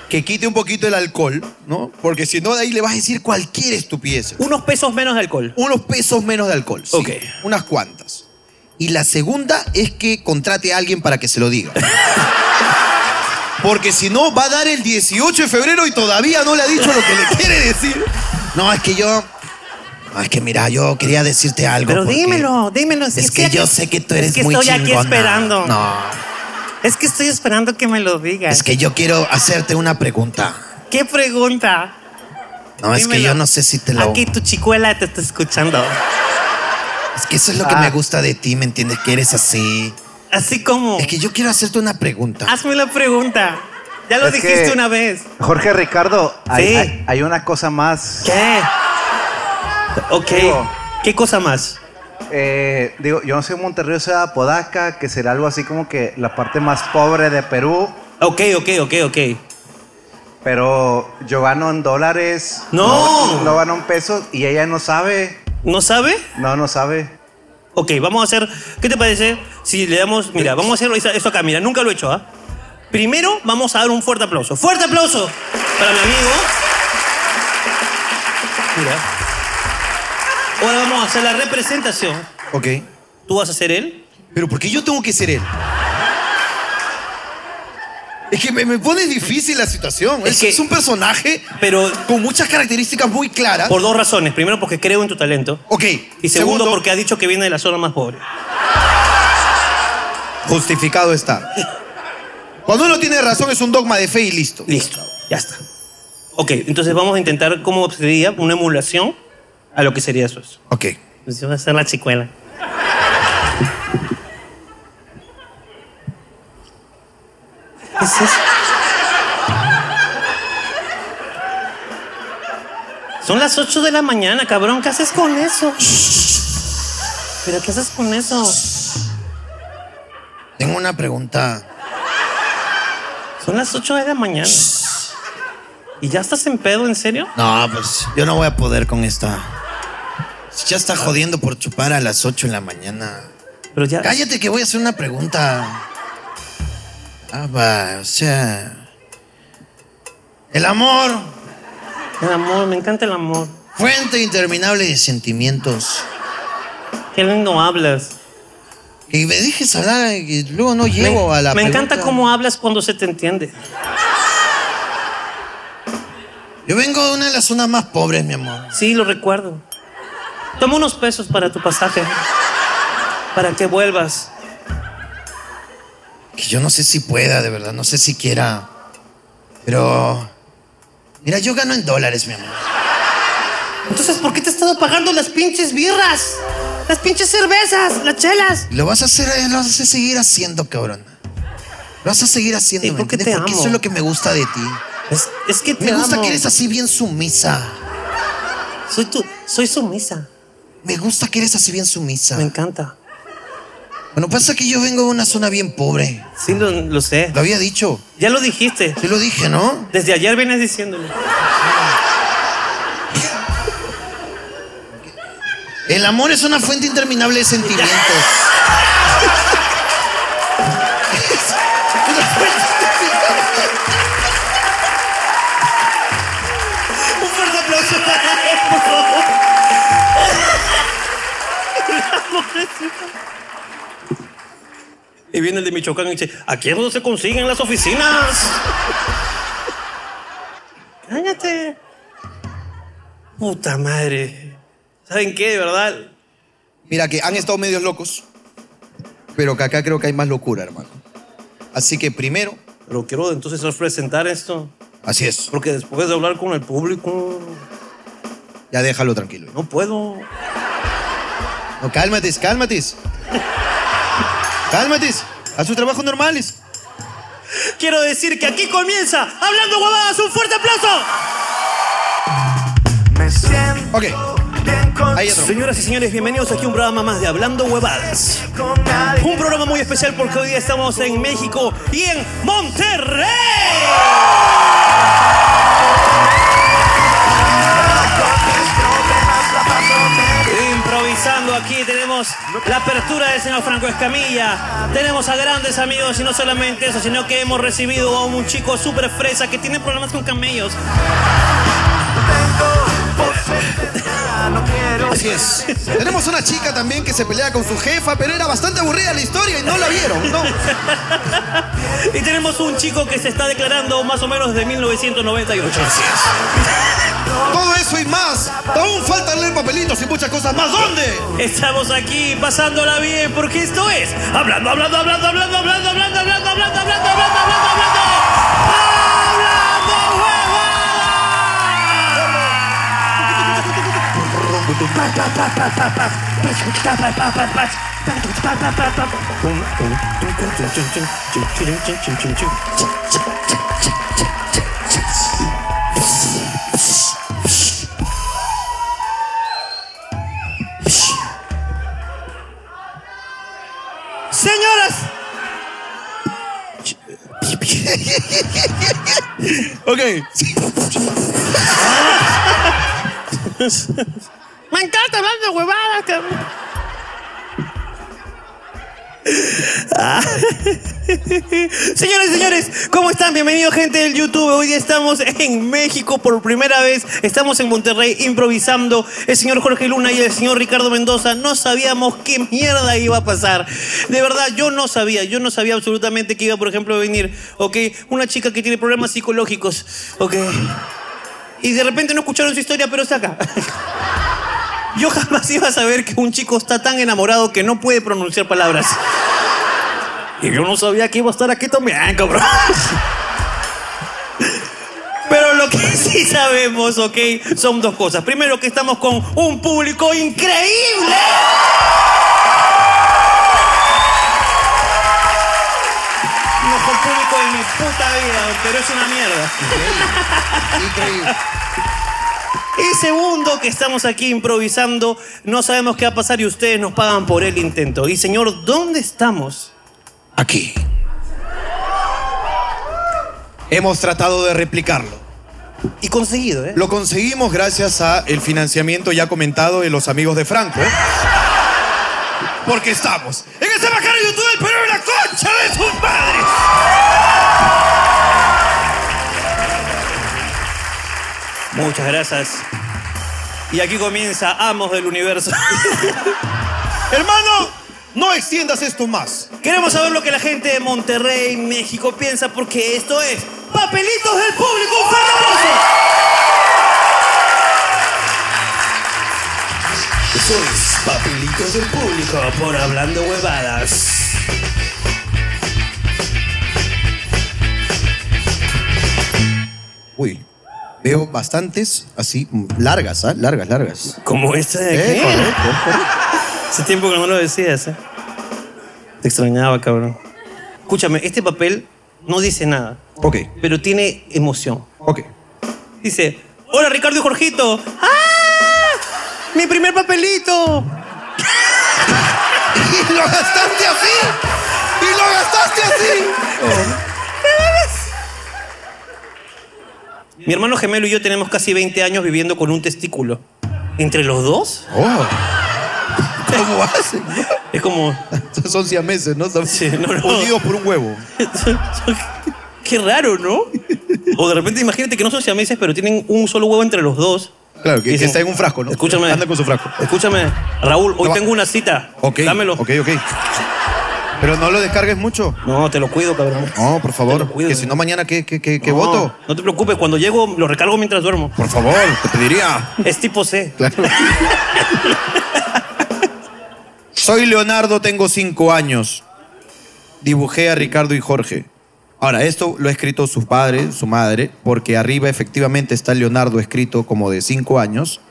S3: que quite un poquito el alcohol, ¿no? Porque si no, de ahí le vas a decir cualquier estupidez.
S2: Unos pesos menos de alcohol.
S3: Unos pesos menos de alcohol. sí.
S2: Ok.
S3: Unas cuantas. Y la segunda es que contrate a alguien para que se lo diga. Porque si no, va a dar el 18 de febrero y todavía no le ha dicho lo que le quiere decir. No, es que yo. No, es que mira, yo quería decirte algo.
S2: Pero
S3: porque
S2: dímelo, dímelo. si
S3: Es que
S2: aquí-
S3: yo sé que tú eres
S2: Es que
S3: muy
S2: estoy aquí
S3: chingona.
S2: esperando.
S3: No,
S2: Es que estoy esperando que me lo digas.
S3: es que yo quiero hacerte una pregunta.
S2: ¿Qué pregunta?
S3: No, es que
S2: Dímelo.
S3: yo no sé si te lo.
S2: Aquí tu chicuela te está escuchando.
S3: Es que eso es lo que
S10: Ah.
S3: me gusta de ti, ¿me entiendes? Que eres así.
S2: Así como.
S3: Es que yo quiero hacerte una pregunta.
S2: Hazme la pregunta. Ya lo
S10: Es que-
S2: dijiste una vez.
S10: Jorge Ricardo, hay,
S2: Sí.
S10: hay- hay una cosa más.
S2: ¿Qué? Ok.
S10: Digo-
S2: ¿Qué cosa más?
S10: Eh, digo, yo no sé Monterrey o sea Apodaca, que será algo así como que la parte más pobre de Perú,
S2: Ok, ok, ok, ok.
S10: pero yo gano en dólares.
S2: ¡No!
S10: No, gano en pesos y ella no sabe.
S2: ¿No sabe?
S10: No, no sabe.
S2: Ok, vamos a hacer. ¿Qué te parece si le damos. Mira, vamos a hacer eso- eso acá. Mira, nunca lo he hecho, ¿ah? Primero, vamos a dar un fuerte aplauso. ¡Fuerte aplauso! Para mi amigo. Mira. Ahora vamos a hacer la representación.
S3: Ok.
S2: Tú vas a ser él.
S3: Pero ¿por qué yo tengo que ser él? Es que me, me pone difícil la situación.
S2: Es
S3: Es,
S2: que-
S3: es un personaje
S2: Pero
S3: con muchas características muy claras.
S2: por dos razones. Primero, porque creo en tu talento.
S3: Ok.
S2: Y segundo, porque ha dicho que viene de la zona más pobre.
S3: Justificado está. Cuando uno tiene razón es un dogma de fe y listo.
S2: Listo, ya está. Ok, entonces vamos a intentar, como sería, una emulación a lo que sería eso.
S3: Ok.
S2: Entonces va a ser la chicuela. ¿Qué es eso? Son las 8 de la mañana, cabrón. ¿Qué haces con eso? ¿Pero qué haces con eso?
S3: Tengo una pregunta.
S2: Son las 8 de la mañana. ¿Y ya estás en pedo, en serio?
S3: No, pues yo no voy a poder con esta. Ya está jodiendo por chupar a las 8 de la mañana.
S2: Pero ya.
S3: Cállate que voy a hacer una pregunta. Ah, va, o sea. El amor.
S2: El amor, me encanta el amor.
S3: Fuente interminable de sentimientos.
S2: Qué lindo hablas.
S3: Y me dejes hablar, y luego no llego
S2: me,
S3: a la
S2: me
S3: pregunta.
S2: encanta cómo hablas cuando se te entiende.
S3: Yo vengo de una de las zonas más pobres, mi amor.
S2: Sí, lo recuerdo. Toma unos pesos para tu pasaje. Para que vuelvas.
S3: Que yo no sé si pueda, de verdad, no sé si quiera. Pero. Mira, yo gano en dólares, mi amor.
S2: Entonces, ¿por qué te he estado pagando las pinches birras? Las pinches cervezas, las chelas.
S3: Lo vas a hacer, eh, lo vas a seguir haciendo, cabrón. Lo vas a seguir haciendo,
S2: Sí,
S3: ¿me
S2: porque
S3: entiendes?
S2: te
S3: Porque
S2: amo.
S3: eso es lo que me gusta de ti.
S2: Es, es que te
S3: Me gusta
S2: amo.
S3: que eres así bien sumisa.
S2: Soy tu, soy sumisa.
S3: Me gusta que eres así bien sumisa.
S2: Me encanta.
S3: Bueno, pasa que yo vengo de una zona bien pobre.
S2: Sí, lo, lo sé.
S3: Lo había dicho.
S2: Ya lo dijiste.
S3: Te lo dije, ¿no?
S2: Desde ayer vienes diciéndolo.
S3: El amor es una fuente interminable de sentimientos.
S2: Un fuerte aplauso para él, por favor. Y viene el de Michoacán y dice, aquí es donde se consiguen las oficinas. Cállate. Puta madre. ¿Saben qué? De verdad.
S3: Mira, que han estado medios locos, pero que acá creo que hay más locura, hermano. Así que primero,
S2: Pero quiero entonces presentar esto.
S3: así es,
S2: Porque después de hablar con el público,
S3: ya déjalo tranquilo.
S2: no puedo.
S3: No, cálmate, cálmate. Cálmate, haz tus trabajos normales.
S2: Quiero decir que aquí comienza Hablando Huevadas. ¡Un fuerte aplauso!
S3: Ok. Ahí otro.
S2: Señoras y señores, bienvenidos aquí a un programa más de Hablando Huevadas. Un programa muy especial porque hoy día estamos en México y en Monterrey. Improvisando aquí tenemos la apertura del señor Franco Escamilla. Tenemos a grandes amigos y no solamente eso, sino que hemos recibido a un chico súper fresa que tiene problemas con camellos.
S3: Así es. Tenemos una chica también que se pelea con su jefa, pero era bastante aburrida la historia y no la vieron, ¿no?
S2: Y tenemos un chico que se está declarando más o menos de 1998.
S3: Todo eso y más. Aún faltan leer papelitos y muchas cosas más. ¿Dónde?
S2: Estamos aquí pasándola bien porque esto es hablando, hablando, hablando, hablando, hablando, hablando, hablando, hablando, hablando, hablando, hablando, hablando, hablando Señoras.
S3: Ok.
S2: Me encanta hablar de huevadas, cabrón. Ah. Señores, señores, ¿cómo están? Bienvenidos gente del YouTube. Hoy día estamos en México por primera vez. Estamos en Monterrey improvisando. El señor Jorge Luna y el señor Ricardo Mendoza. No sabíamos qué mierda iba a pasar. De verdad, yo no sabía. Yo no sabía absolutamente que iba, por ejemplo, a venir, ok, una chica que tiene problemas psicológicos, ok. Y de repente no escucharon su historia, pero está acá. Yo jamás iba a saber que un chico está tan enamorado que no puede pronunciar palabras. Y yo no sabía que iba a estar aquí también, cabrón. Pero lo que sí sabemos, ¿ok? Son dos cosas. Primero, que estamos con un público increíble. Mejor público de mi puta vida, pero es una mierda.
S3: Increíble.
S2: Y segundo, que estamos aquí improvisando, no sabemos qué va a pasar y ustedes nos pagan por el intento. Y señor, ¿dónde estamos?
S3: Aquí. Hemos tratado de replicarlo.
S2: Y conseguido, ¿eh?
S3: Lo conseguimos gracias a el financiamiento ya comentado de los amigos de Franco. Porque estamos
S7: En esta bajada de YouTube el Perú en la concha de sus padres.
S2: Muchas gracias. Y aquí comienza Amos del Universo. Hermano, no extiendas esto más. Queremos saber lo que la gente de Monterrey, México piensa porque esto es Papelitos del Público. ¡Un fuerte aplauso! Eso es Papelitos del Público por Hablando Huevadas.
S3: Uy, veo bastantes así, mm, largas, ¿ah? Largas, largas.
S2: Como esta de
S3: Eh,
S2: aquí.
S3: correcto, correcto.
S2: Hace tiempo que no lo decías, ¿eh? Te extrañaba, cabrón. Escúchame, este papel no dice nada.
S3: Ok.
S2: Pero tiene emoción.
S3: Ok.
S2: Dice, hola Ricardo y Jorgito. ¡Ah! ¡Mi primer papelito!
S7: Y lo gastaste así. Y lo gastaste así.
S2: Mi hermano gemelo y yo tenemos casi 20 años viviendo con un testículo. ¿Entre los dos?
S3: Oh. ¿Cómo hacen?
S2: Es como...
S3: Son siameses, ¿no? Son Unidos por un huevo.
S2: Qué raro, ¿no? O de repente imagínate que no son siameses, pero tienen un solo huevo entre los dos.
S3: Claro, que, que
S2: Dicen-
S3: está en un frasco, ¿no?
S2: Escúchame.
S3: Anda con su frasco.
S2: Escúchame, Raúl, hoy
S3: No va-
S2: tengo una cita.
S3: Ok. Dámelo. Ok, ok. Pero no lo descargues mucho.
S2: No, te lo cuido, cabrón.
S3: No, por favor. Que si no, mañana, ¿qué, qué, qué, qué
S2: No,
S3: voto?
S2: No te preocupes, cuando llego lo recargo mientras duermo.
S3: Por favor, te pediría.
S2: Es tipo C.
S3: Soy Leonardo, tengo cinco años. Dibujé a Ricardo y Jorge. Ahora, esto lo ha escrito su padre, su madre, porque arriba efectivamente está Leonardo escrito como de cinco años.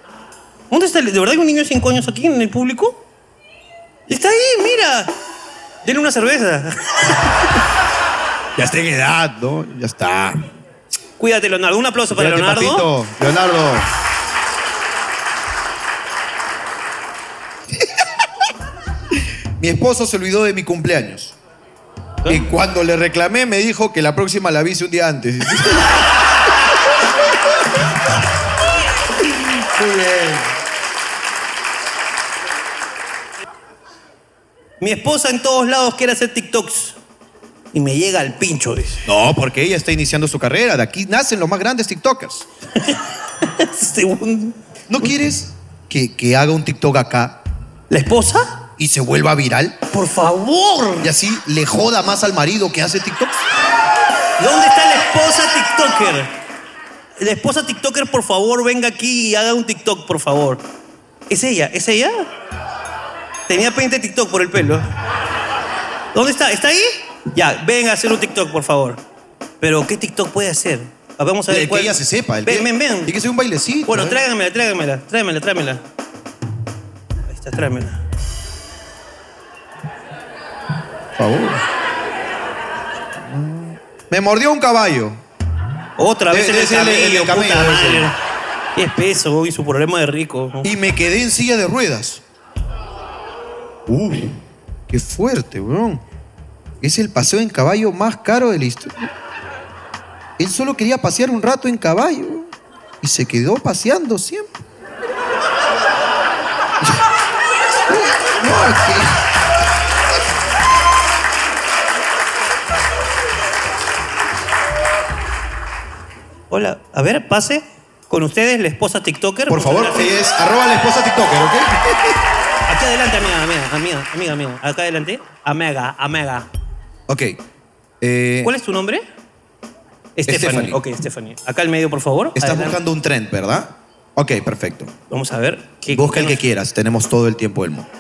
S2: ¿Dónde está? el- ¿De verdad hay un niño de 5 años aquí en el público? Está ahí, mira. Denle una cerveza.
S3: Ya está en edad, ¿no? Ya está.
S2: Cuídate, Leonardo. Un aplauso para
S3: Cuídate,
S2: Leonardo.
S3: papito. Leonardo. Mi esposo se olvidó de mi cumpleaños. Y cuando le reclamé, me dijo que la próxima la avise un día antes. Muy bien.
S2: Mi esposa en todos lados quiere hacer TikToks. Y me llega al pincho, dice.
S3: No, porque ella está iniciando su carrera. De aquí nacen los más grandes TikTokers.
S2: Este
S3: ¿No quieres que, que haga un TikTok acá?
S2: ¿La esposa?
S3: Y se vuelva viral.
S2: Por favor.
S3: Y así le joda más al marido que hace TikToks.
S2: ¿Dónde está la esposa TikToker? La esposa TikToker, por favor, venga aquí y haga un TikTok, por favor. ¿Es ella? ¿Es ella? Tenía pendiente TikTok por el pelo. ¿Dónde está? ¿Está ahí? Ya, venga a hacer un TikTok, por favor. Pero, ¿qué TikTok puede hacer? Ah, Vamos a ver
S3: El que
S2: cuál-
S3: ella se sepa, el
S2: ven,
S3: que-
S2: ven, ven.
S3: Tiene que ser un bailecito.
S2: Bueno,
S3: ¿eh?
S2: tráigamela, tráigamela, tráigamela, tráigamela. Ahí está, tráigamela.
S3: Por favor. Me mordió un caballo.
S2: Otra vez
S3: Debe-
S2: en el
S3: debe ser el- el
S2: camello,
S3: camello,
S2: puta
S3: debe ser.
S2: madre. Qué espeso, y su problema de rico.
S3: Y me quedé en silla de ruedas. Uy, qué fuerte, weón. Es el paseo en caballo más caro de la historia. Él solo quería pasear un rato en caballo weón, y se quedó paseando siempre. No, es que-
S2: Hola, a ver, pase con ustedes la esposa TikToker.
S3: Por favor, es arroba la esposa TikToker, ¿ok?
S2: Aquí adelante, amiga, amiga, amiga, amiga, amiga. Acá adelante, amiga, amiga.
S3: Ok. eh,
S2: ¿Cuál es tu nombre?
S3: Stephanie.
S2: Ok, Stephanie. Acá al medio, por favor.
S3: Estás
S2: Adelante.
S3: buscando un trend, ¿verdad? Ok, perfecto.
S2: Vamos a ver. ¿qué-
S3: Busca
S2: qué
S3: el que
S2: nos-
S3: quieras, tenemos todo el tiempo del mundo.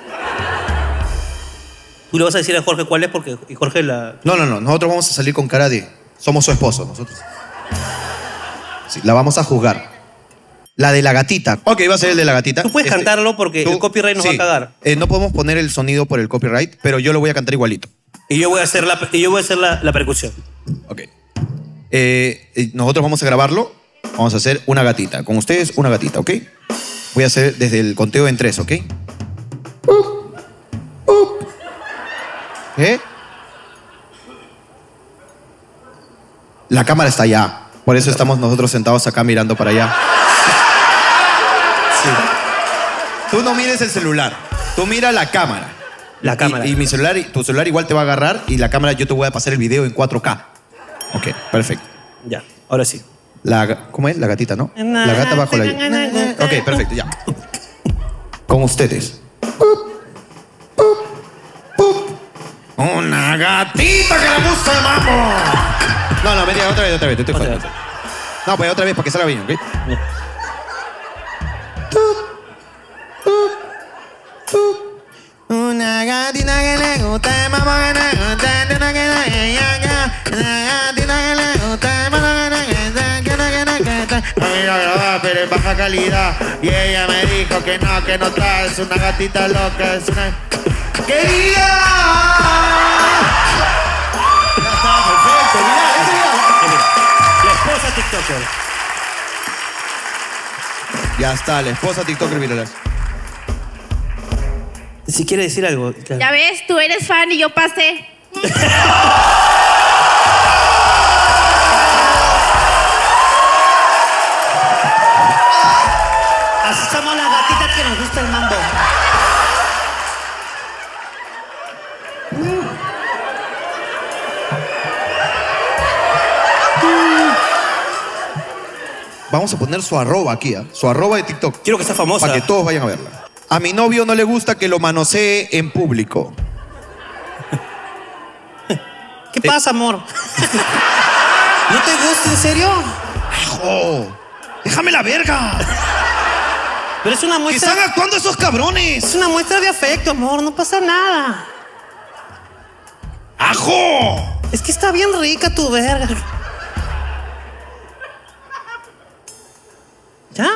S2: Tú le vas a decir a Jorge cuál es porque y Jorge la.
S3: No, no, no, nosotros vamos a salir con cara de... Somos su esposo, nosotros. Sí, la vamos a juzgar. La de la gatita. Ok, va a ser el de la gatita.
S2: Tú puedes
S3: Este,
S2: cantarlo porque el copyright nos
S3: sí,
S2: va a cagar.
S3: eh, no podemos poner el sonido por el copyright, pero yo lo voy a cantar igualito.
S2: Y yo voy a hacer la, y yo voy a hacer la, la percusión.
S3: Eh, eh, nosotros vamos a grabarlo. Vamos a hacer una gatita. Con ustedes, una gatita, ¿ok? Voy a hacer desde el conteo en tres, ¿ok? ¿Eh? La cámara está allá. Por eso estamos nosotros sentados acá mirando para allá. Sí. Tú no mires el celular, tú mira la cámara. La cámara. Y, mi celular, tu celular igual te va a agarrar y la cámara yo te voy a pasar el video en 4K. Ok, perfecto.
S2: Ya, ahora sí.
S3: La, ga- ¿Cómo es? La gatita, ¿no? La gata bajo la lluvia. Ok, perfecto, ya. Con ustedes. Una gatita que la gusta de mambo. No, no, mentira, otra vez, otra vez, te estoy jodiendo. No, pues otra vez para que salga bien, ¿ok?
S7: Una gatita que le gusta el mambo, que le gusta el tino, que le- que le- que le- Una gatita que le gusta el mambo, que le gusta el tino, que le- que le- A mí la grababa, pero en baja calidad. Y ella me dijo que no, que no trae. Es una gatita loca, es una. ¡Querida! Ya está, perfecto, mira, ese ya. La esposa TikToker.
S3: Ya está, la esposa TikToker viral.
S2: Si quiere decir algo. claro.
S11: Ya ves, tú eres fan y yo pasé.
S2: Así somos las gatitas que nos gusta el mambo.
S3: Uh. Vamos a poner su arroba aquí, ¿ah? su arroba de TikTok.
S2: Quiero que sea famosa.
S3: Para que todos vayan a verla. A mi novio no le gusta que lo manosee en público.
S2: ¿Qué pasa, amor? ¿No te gusta, en serio?
S3: ¡Oh! ¡Déjame la verga!
S2: Pero es una muestra.
S3: están actuando esos cabrones!
S2: Es una muestra de afecto, amor, no pasa nada.
S3: ¡Ajo!
S2: Es que está bien rica tu verga. ¿Ya?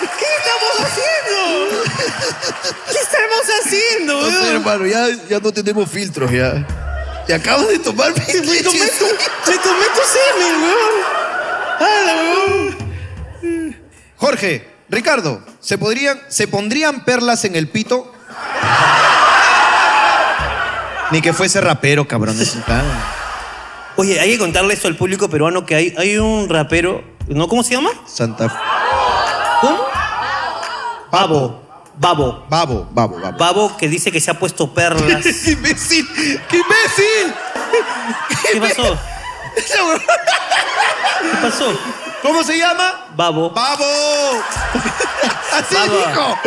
S7: ¿Qué estamos haciendo?
S2: ¿Qué estamos haciendo?
S3: No sé, hermano, ya, ya no tenemos filtros, ya. Te acabas de tomar mi leche. Me tomé tu,
S2: semen, weón.
S3: Jorge, Ricardo, ¿se, podrían, ¿se pondrían perlas en el pito? Ni que fuese rapero, cabrón. es un cabrón.
S2: Oye, hay que contarle esto al público peruano que hay, hay un rapero, ¿no? ¿Cómo se llama?
S3: Santa Fe.
S2: ¿Cómo? Babo. Babo.
S3: Babo, babo, babo.
S2: Babo que dice que se ha puesto perlas.
S3: ¡Qué imbécil! ¡Qué imbécil!
S2: ¿Qué pasó? ¿Qué pasó?
S3: ¿Cómo se llama?
S2: Babo.
S3: ¡Babo! ¡Así
S7: Babo.
S3: dijo!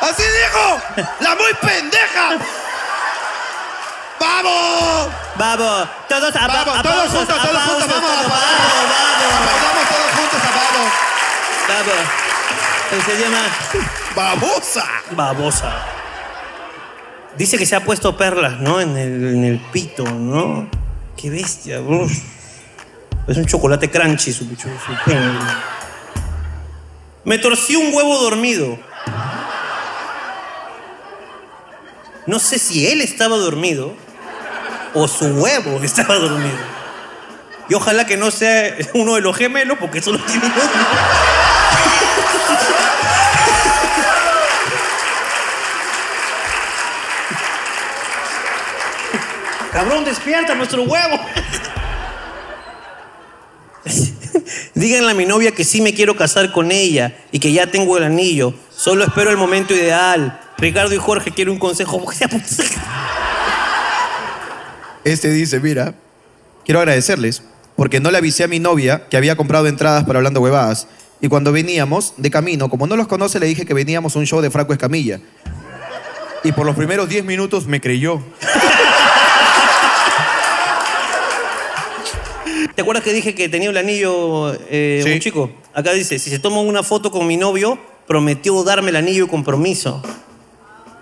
S3: ¡Así dijo! ¡La muy pendeja! ¡Vamos!
S2: Babo. Todos a
S3: ¡Vamos!
S2: Babo.
S3: todos juntos, todos juntos, vamos a Vamos todos juntos a Babo.
S2: Babo. Él se llama...
S3: ¡Babosa!
S2: Babosa. Dice que se ha puesto perlas, ¿no? En el, en el pito, ¿no? Qué bestia, bro. Es un chocolate crunchy su pichu. su pene. Me torcí un huevo dormido. No sé si él estaba dormido o su huevo estaba dormido. Y ojalá que no sea uno de los gemelos porque eso no tiene nombre. Cabrón, despierta nuestro huevo. Díganle a mi novia que sí me quiero casar con ella y que ya tengo el anillo. Solo espero el momento ideal. Ricardo y Jorge quieren un consejo.
S3: Este dice, mira, quiero agradecerles porque no le avisé a mi novia que había comprado entradas para Hablando Huevadas. Y cuando veníamos, de camino, como no los conoce, le dije que veníamos a un show de Franco Escamilla. Y por los primeros 10 minutos me creyó.
S2: ¿Te acuerdas que dije que tenía el anillo eh, un chico? Acá dice, si se toma una foto con mi novio, prometió darme el anillo y compromiso.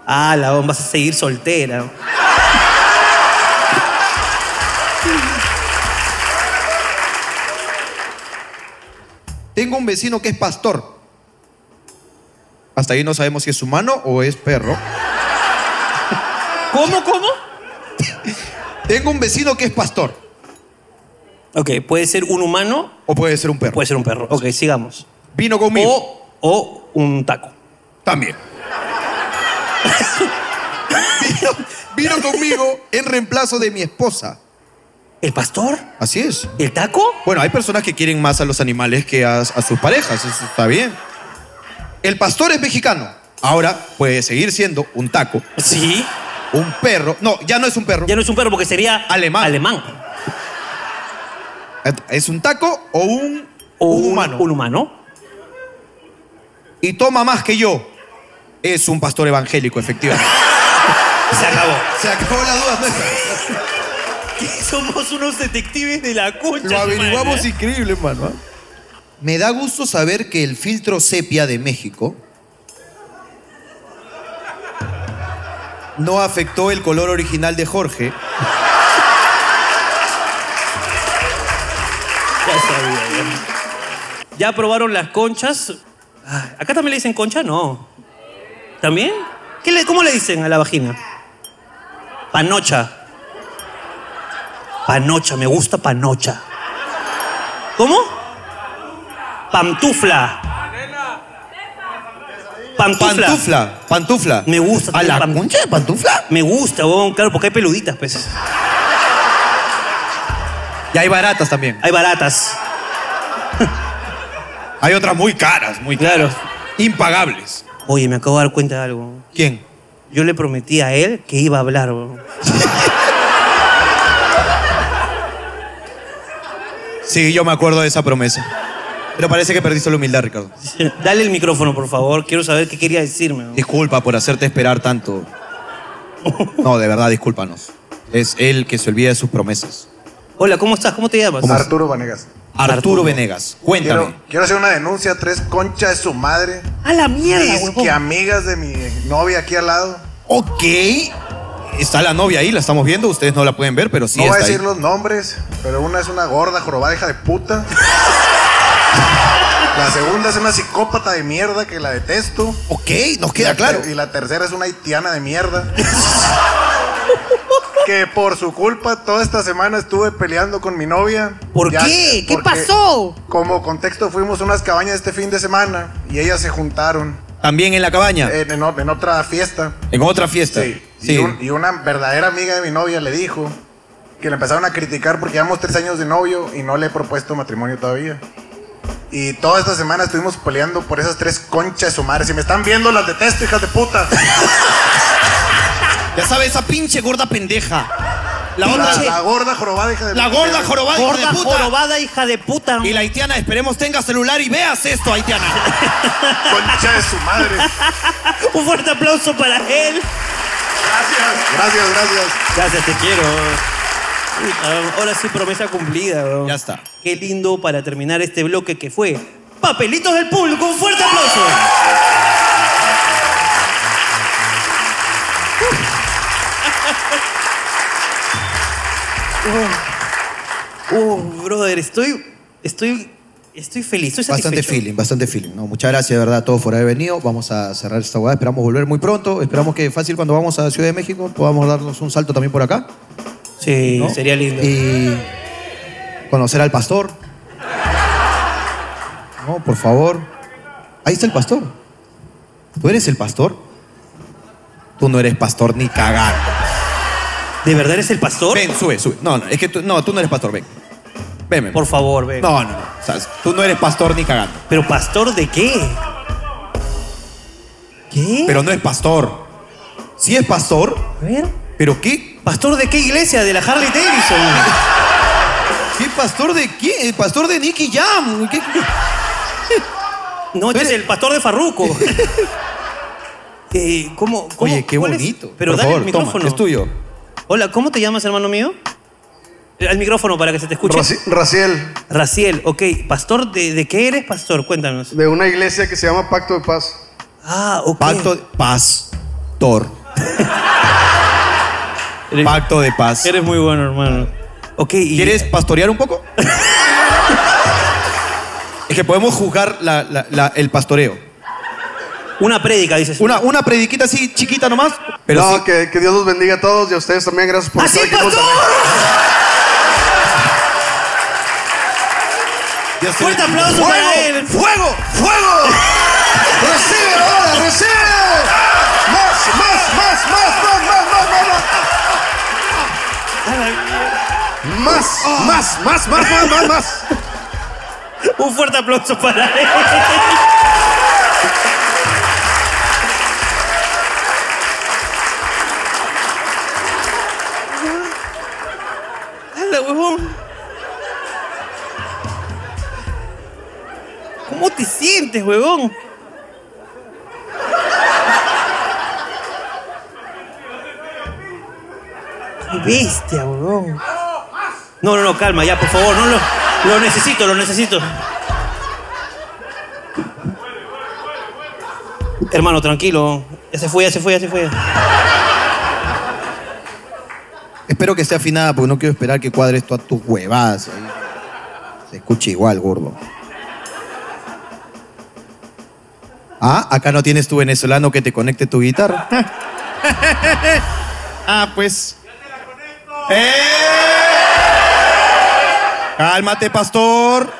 S2: Ah, la bomba, vas a seguir soltera.
S3: Tengo un vecino que es pastor. Hasta ahí no sabemos si es humano o es perro.
S2: ¿Cómo, cómo?
S3: Tengo un vecino que es pastor.
S2: Ok, puede ser un humano.
S3: O puede ser un perro.
S2: Puede ser un perro. Ok, sigamos.
S3: Vino conmigo.
S2: Pues, O, o un taco.
S3: También. vino, vino conmigo en reemplazo de mi esposa.
S2: ¿El pastor?
S3: Así es.
S2: ¿El taco?
S3: Bueno, hay personas que quieren más a los animales que a, a sus parejas. Eso está bien. El pastor es mexicano. Ahora puede seguir siendo un taco.
S2: Sí.
S3: Un perro. No, ya no es un perro.
S2: Ya no es un perro porque sería
S3: alemán.
S2: Alemán.
S3: ¿Es un taco o un,
S2: O
S3: un
S2: un-
S3: humano?
S2: un humano.
S3: Y toma más que yo. Es un pastor evangélico, efectivamente.
S2: Se acabó.
S3: Se acabó la duda.
S2: Somos unos detectives de la concha.
S3: Lo averiguamos
S2: hermana.
S3: increíble, hermano. ¿eh? Me da gusto saber que el filtro sepia de México no afectó el color original de Jorge.
S2: Ya sabía, ya. Ya probaron las conchas. Ah, ¿Acá también le dicen concha? No. ¿También? ¿Qué le- ¿Cómo le dicen a la vagina? Panocha. Panocha, me gusta panocha. ¿Cómo? Pantufla. Pantufla.
S3: Pantufla, pantufla.
S2: Me gusta.
S3: ¿A
S2: también
S3: la
S2: pan-
S3: concha de pantufla?
S2: Me gusta, huevón, claro, porque hay peluditas, pues.
S3: Y hay baratas también.
S2: Hay baratas.
S3: Hay otras muy caras, muy caras.
S2: Claro.
S3: Impagables.
S2: Oye, me acabo de dar cuenta de algo.
S3: ¿Quién?
S2: Yo le prometí a él que iba a hablar, huevón.
S3: Sí, yo me acuerdo de esa promesa. Pero parece que perdiste la humildad, Ricardo.
S2: Dale el micrófono, por favor. Quiero saber qué quería decirme. ¿no?
S3: Disculpa por hacerte esperar tanto. No, de verdad, discúlpanos. Es él que se olvida de sus promesas.
S2: Hola, ¿cómo estás? ¿Cómo te llamas?
S3: ¿Cómo?
S10: Arturo Vanegas.
S3: Arturo, Venegas, cuéntame.
S10: Quiero, quiero hacer una denuncia. Tres conchas de su madre.
S2: A la mierda,
S10: Dice que amigas de mi novia aquí al lado.
S3: Ok. Está la novia ahí, la estamos viendo. Ustedes no la pueden ver, pero sí
S10: no voy a
S3: está ahí.
S10: decir los nombres, pero una es una gorda, jorobada, hija de puta. La segunda es una psicópata de mierda que la detesto.
S3: Ok, nos
S10: Y
S3: queda
S10: la
S3: claro.
S10: ter- Y la tercera es una haitiana de mierda. que por su culpa toda esta semana estuve peleando con mi novia.
S2: ¿Por
S10: Ya-
S2: qué? ¿Qué
S10: porque
S11: pasó?
S10: Como contexto fuimos a unas cabañas este fin de semana y ellas se juntaron
S3: También en la cabaña,
S10: en, en o- en otra fiesta.
S3: en otra fiesta. Sí.
S10: eh, Y, un- y una verdadera amiga de mi novia le dijo que le empezaron a criticar porque llevamos tres años de novio y no le he propuesto matrimonio todavía. Y toda esta semana estuvimos peleando por esas tres conchas de su madre. Si me están viendo, las detesto, hijas de puta.
S3: Ya sabes, esa pinche gorda pendeja. La otra.
S10: La, la gorda jorobada, hija de
S3: La gorda jorobada, hija de
S2: Gorda
S3: puta.
S2: jorobada, hija de puta.
S3: Y la haitiana, esperemos tenga celular y veas esto, haitiana.
S10: concha de su madre.
S2: Un fuerte aplauso para él.
S10: Gracias, gracias, gracias.
S2: Gracias, te quiero. Puta, Ahora sí, promesa cumplida. bro.
S3: Ya está.
S2: Qué lindo para terminar este bloque que fue Papelitos del Público. Un fuerte aplauso. Uh, brother, estoy, estoy, estoy feliz, estoy
S3: Bastante
S2: satisfecho.
S3: feeling, bastante feeling. No, muchas gracias, de verdad, a todos por haber venido. Vamos a cerrar esta hueá. Esperamos volver muy pronto. Esperamos que fácil cuando vamos a Ciudad de México podamos darnos un salto también por acá.
S2: Sí,
S3: ¿no?
S2: sería lindo.
S3: Y conocer al pastor. No, por favor. Ahí está el pastor. ¿Tú eres el pastor? Tú no eres pastor ni cagar.
S2: ¿De verdad eres el pastor?
S3: Ven, sube, sube. No, no, es que tú, no, tú no eres pastor, ven. Ven, ven.
S2: Por favor, ven.
S3: No, no, no. O sea, tú no eres pastor ni cagando.
S2: ¿Pero pastor de qué? ¿Qué?
S3: Pero no es pastor. Sí es pastor,
S2: A ver.
S3: pero ¿qué?
S2: ¿Pastor de qué iglesia? ¿De la Harley Davidson?
S3: ¿Qué pastor de qué? El pastor de Nicky Jam. ¿Qué- qué?
S2: No, este es
S3: Pero-
S2: el pastor de Farruco. Eh, ¿cómo, cómo-
S3: Oye, qué
S2: cuál es?
S3: bonito.
S2: Pero
S3: Por
S2: dale
S3: favor,
S2: el
S3: toma,
S2: micrófono.
S3: es tuyo.
S2: Hola, ¿cómo te llamas, hermano mío? Eh, Al micrófono para que se te escuche.
S12: Raci- Raciel,
S2: Raciel, ok. ¿Pastor de, de qué eres, pastor? Cuéntanos.
S12: de una iglesia que se llama Pacto de Paz.
S2: Ah, ok.
S3: Pacto de pastor.
S2: Eres-
S3: Pacto de paz.
S2: Eres muy bueno, hermano. Ok, y...
S3: ¿Quieres pastorear un poco? es que podemos juzgar la- la- la- el pastoreo.
S13: Una prédica, dices.
S3: Una, una prediquita así chiquita nomás.
S10: Pero no, que, que Dios los bendiga a todos y a ustedes también. Gracias
S2: ¡Ah,
S10: por estar aquí. en Monterrey.
S13: Fuerte aplauso
S10: ¡Fuego!
S13: para él.
S10: ¡Fuego! ¡Fuego! ¡Recibe ahora! ¡Recibe! ¡Más, más, más,
S13: Más, más, más,
S10: más, más, más, más, más!
S13: más, más, más, más. Un fuerte aplauso para él. ¡Hala, huevón! ¿Cómo te sientes, huevón? ¡Qué bestia, huevón! No, no, no, calma, ya, por favor, no lo, lo necesito, lo necesito. Hermano, tranquilo. Ya se fue, ya se fue, ya se fue.
S3: Espero que esté afinada porque no quiero esperar que cuadres todas tus huevadas. ahí. Se escucha igual, gordo. Ah, acá no tienes tu venezolano que te conecte tu guitarra. ah, pues. ¡Eh! Cálmate, pastor.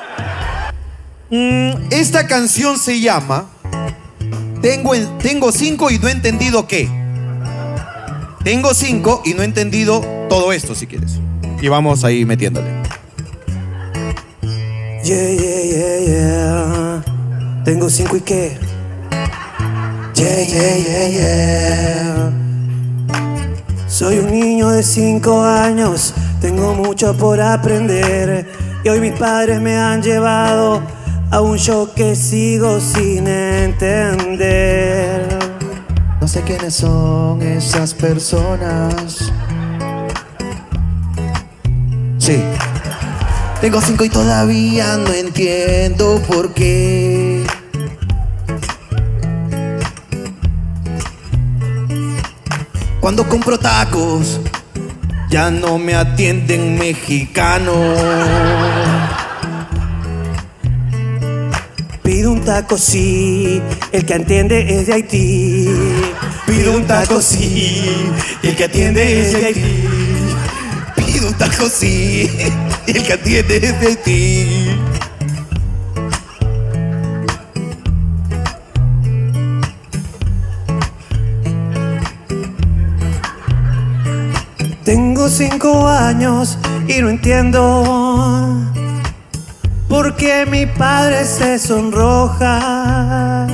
S3: Mm, esta canción se llama Tengo, en- tengo cinco y no he entendido qué. Tengo cinco y no he entendido todo esto, si quieres. Y vamos ahí metiéndole.
S2: Yeah, yeah, yeah, yeah. Tengo cinco y qué. Yeah, yeah, yeah, yeah. Soy un niño de cinco años, tengo mucho por aprender. Y hoy mis padres me han llevado a un show que sigo sin entender.
S14: No sé quiénes son esas personas. Sí. Tengo cinco y todavía no entiendo por qué.
S3: Cuando compro tacos, ya no me atienden mexicanos.
S2: Pido un taco sí, el que atiende es de Haití. Pido un taco sí, el que atiende es de Haití.
S3: Pido un taco sí, y el que atiende es de ti.
S2: Tengo cinco años y no entiendo por qué mi padre se sonroja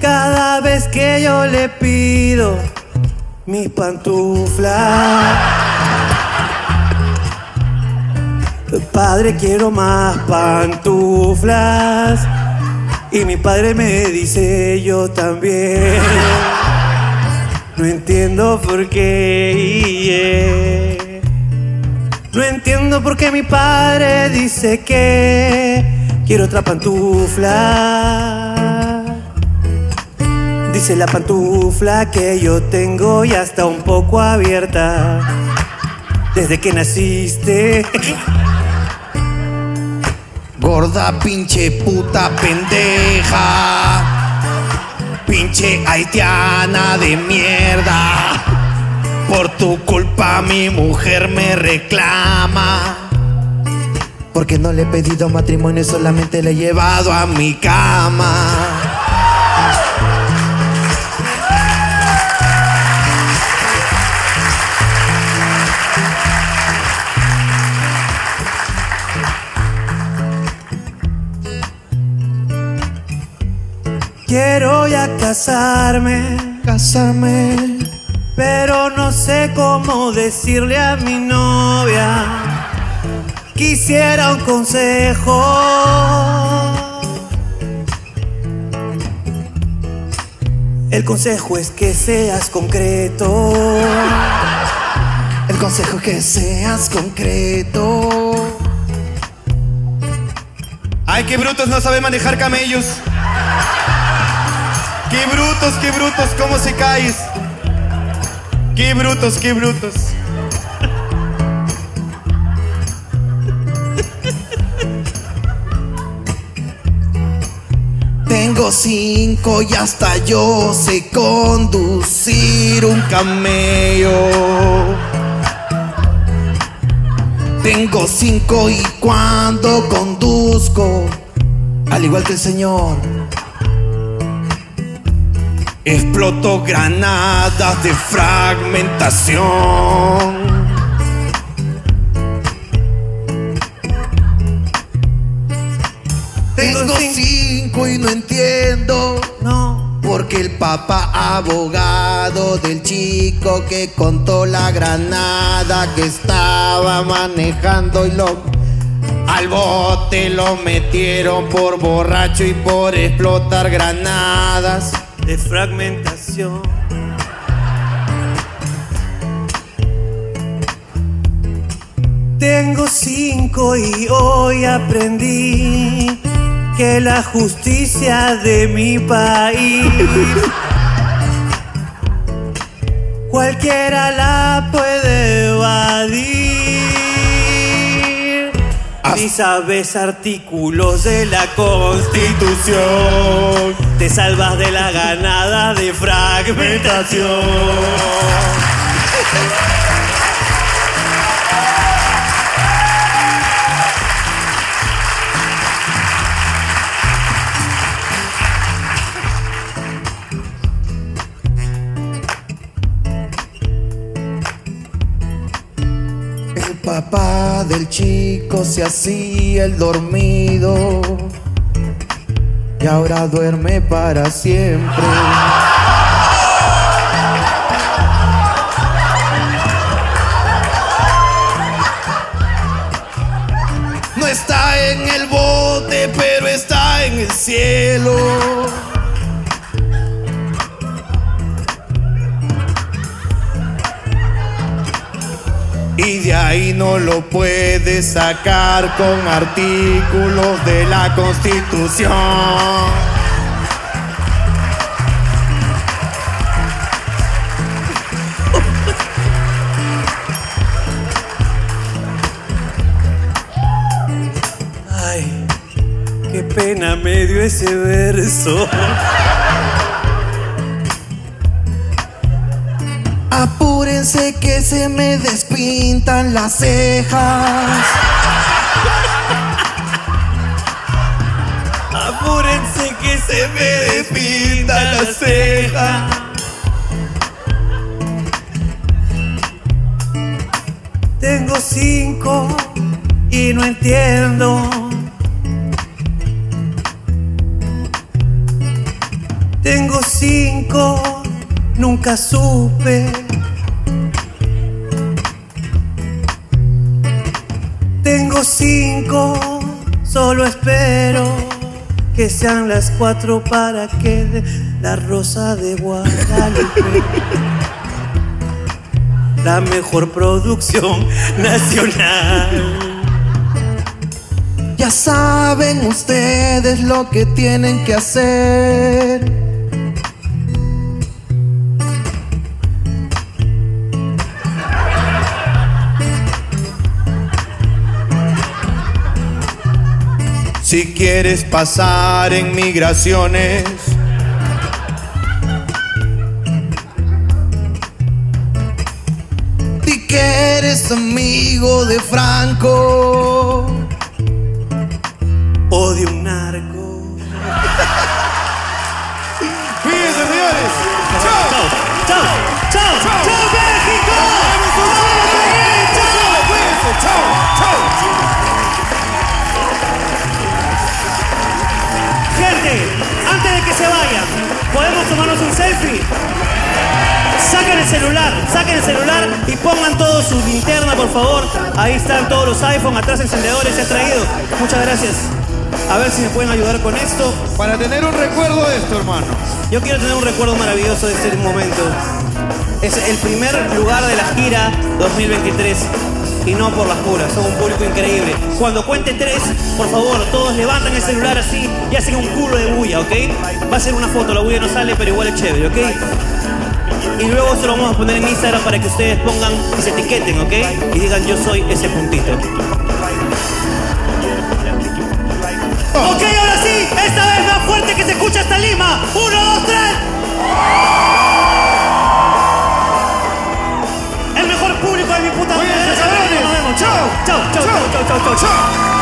S2: cada vez que yo le pido mis pantuflas. Padre, quiero más pantuflas. Y mi padre me dice yo también. No entiendo por qué. yeah. No entiendo por qué mi padre dice que quiero otra pantufla. Dice la pantufla que yo tengo ya está un poco abierta. Desde que naciste.
S3: Gorda pinche puta pendeja. Pinche haitiana de mierda. Por tu culpa mi mujer me reclama.
S14: Porque no le he pedido matrimonio, solamente le he llevado a mi cama.
S2: Quiero ya casarme, casarme, pero no sé cómo decirle a mi novia. Quisiera un consejo. El consejo es que seas concreto.
S14: El consejo es que seas concreto.
S3: Ay, qué brutos no saben manejar camellos. Qué brutos, qué brutos, cómo se caes. Qué brutos, qué brutos.
S14: Tengo
S3: Tengo cinco y hasta yo sé conducir un camello. Tengo cinco y cuando conduzco, al igual que el Señor, exploto granadas de fragmentación. Tengo cinco y no entiendo, no, porque el papá abogado del chico que contó la granada que estaba manejando y lo al bote lo metieron por borracho y por explotar granadas de fragmentación.
S2: Tengo cinco y hoy aprendí que la justicia de mi país cualquiera la puede evadir. Si sabes artículos de la Constitución, te salvas de la ganada de fragmentación.
S3: El papá del chico se hacía el dormido y ahora duerme para siempre. No está en el bote, pero está en el cielo. Y de ahí no lo puede sacar con artículos de la Constitución.
S2: Ay, qué pena me dio ese verso.
S3: Apúrense que se me despintan las cejas. Apúrense que se me despintan las cejas.
S2: Tengo cinco y no entiendo. Tengo cinco, nunca supe. Tengo cinco, solo espero que sean las cuatro para que de la rosa de Guadalupe. La mejor producción nacional.
S3: Ya saben ustedes lo que tienen que hacer.
S15: Si quieres pasar en migraciones,
S3: Di que eres amigo de Franco
S2: o de un narco.
S16: Fíjense, señores. Chao. Chao. Chao. Chao. Chao, México. Chao, México. Chao. Chao.
S17: Gente, antes de que se vayan, podemos tomarnos un selfie. Saquen el celular, saquen el celular y pongan todos su linterna, por favor. Ahí están todos los iPhone, atrás encendedores, se ha traído. Muchas gracias. A ver si me pueden ayudar con esto. Para tener un recuerdo de esto, hermano. Yo quiero tener un recuerdo maravilloso de este momento. Es el primer lugar de la gira 2023. Y no por las puras, son un público increíble. Cuando cuente tres, por favor, todos levantan el celular así y hacen un culo de bulla, ¿ok? Va a ser una foto, la bulla no sale, pero igual es chévere, ¿ok? Y luego se lo vamos a poner en Instagram para que ustedes pongan y se etiqueten, ¿ok? Y digan yo soy ese puntito.
S16: Ok, ahora sí, es
S2: esta vez más fuerte que se escucha hasta Lima. ¡Uno, dos, tres! El mejor público de mi puta vida. Gracias, cabrones. Nos vemos. Chao, chao, chao, chao, chao, chao, chao.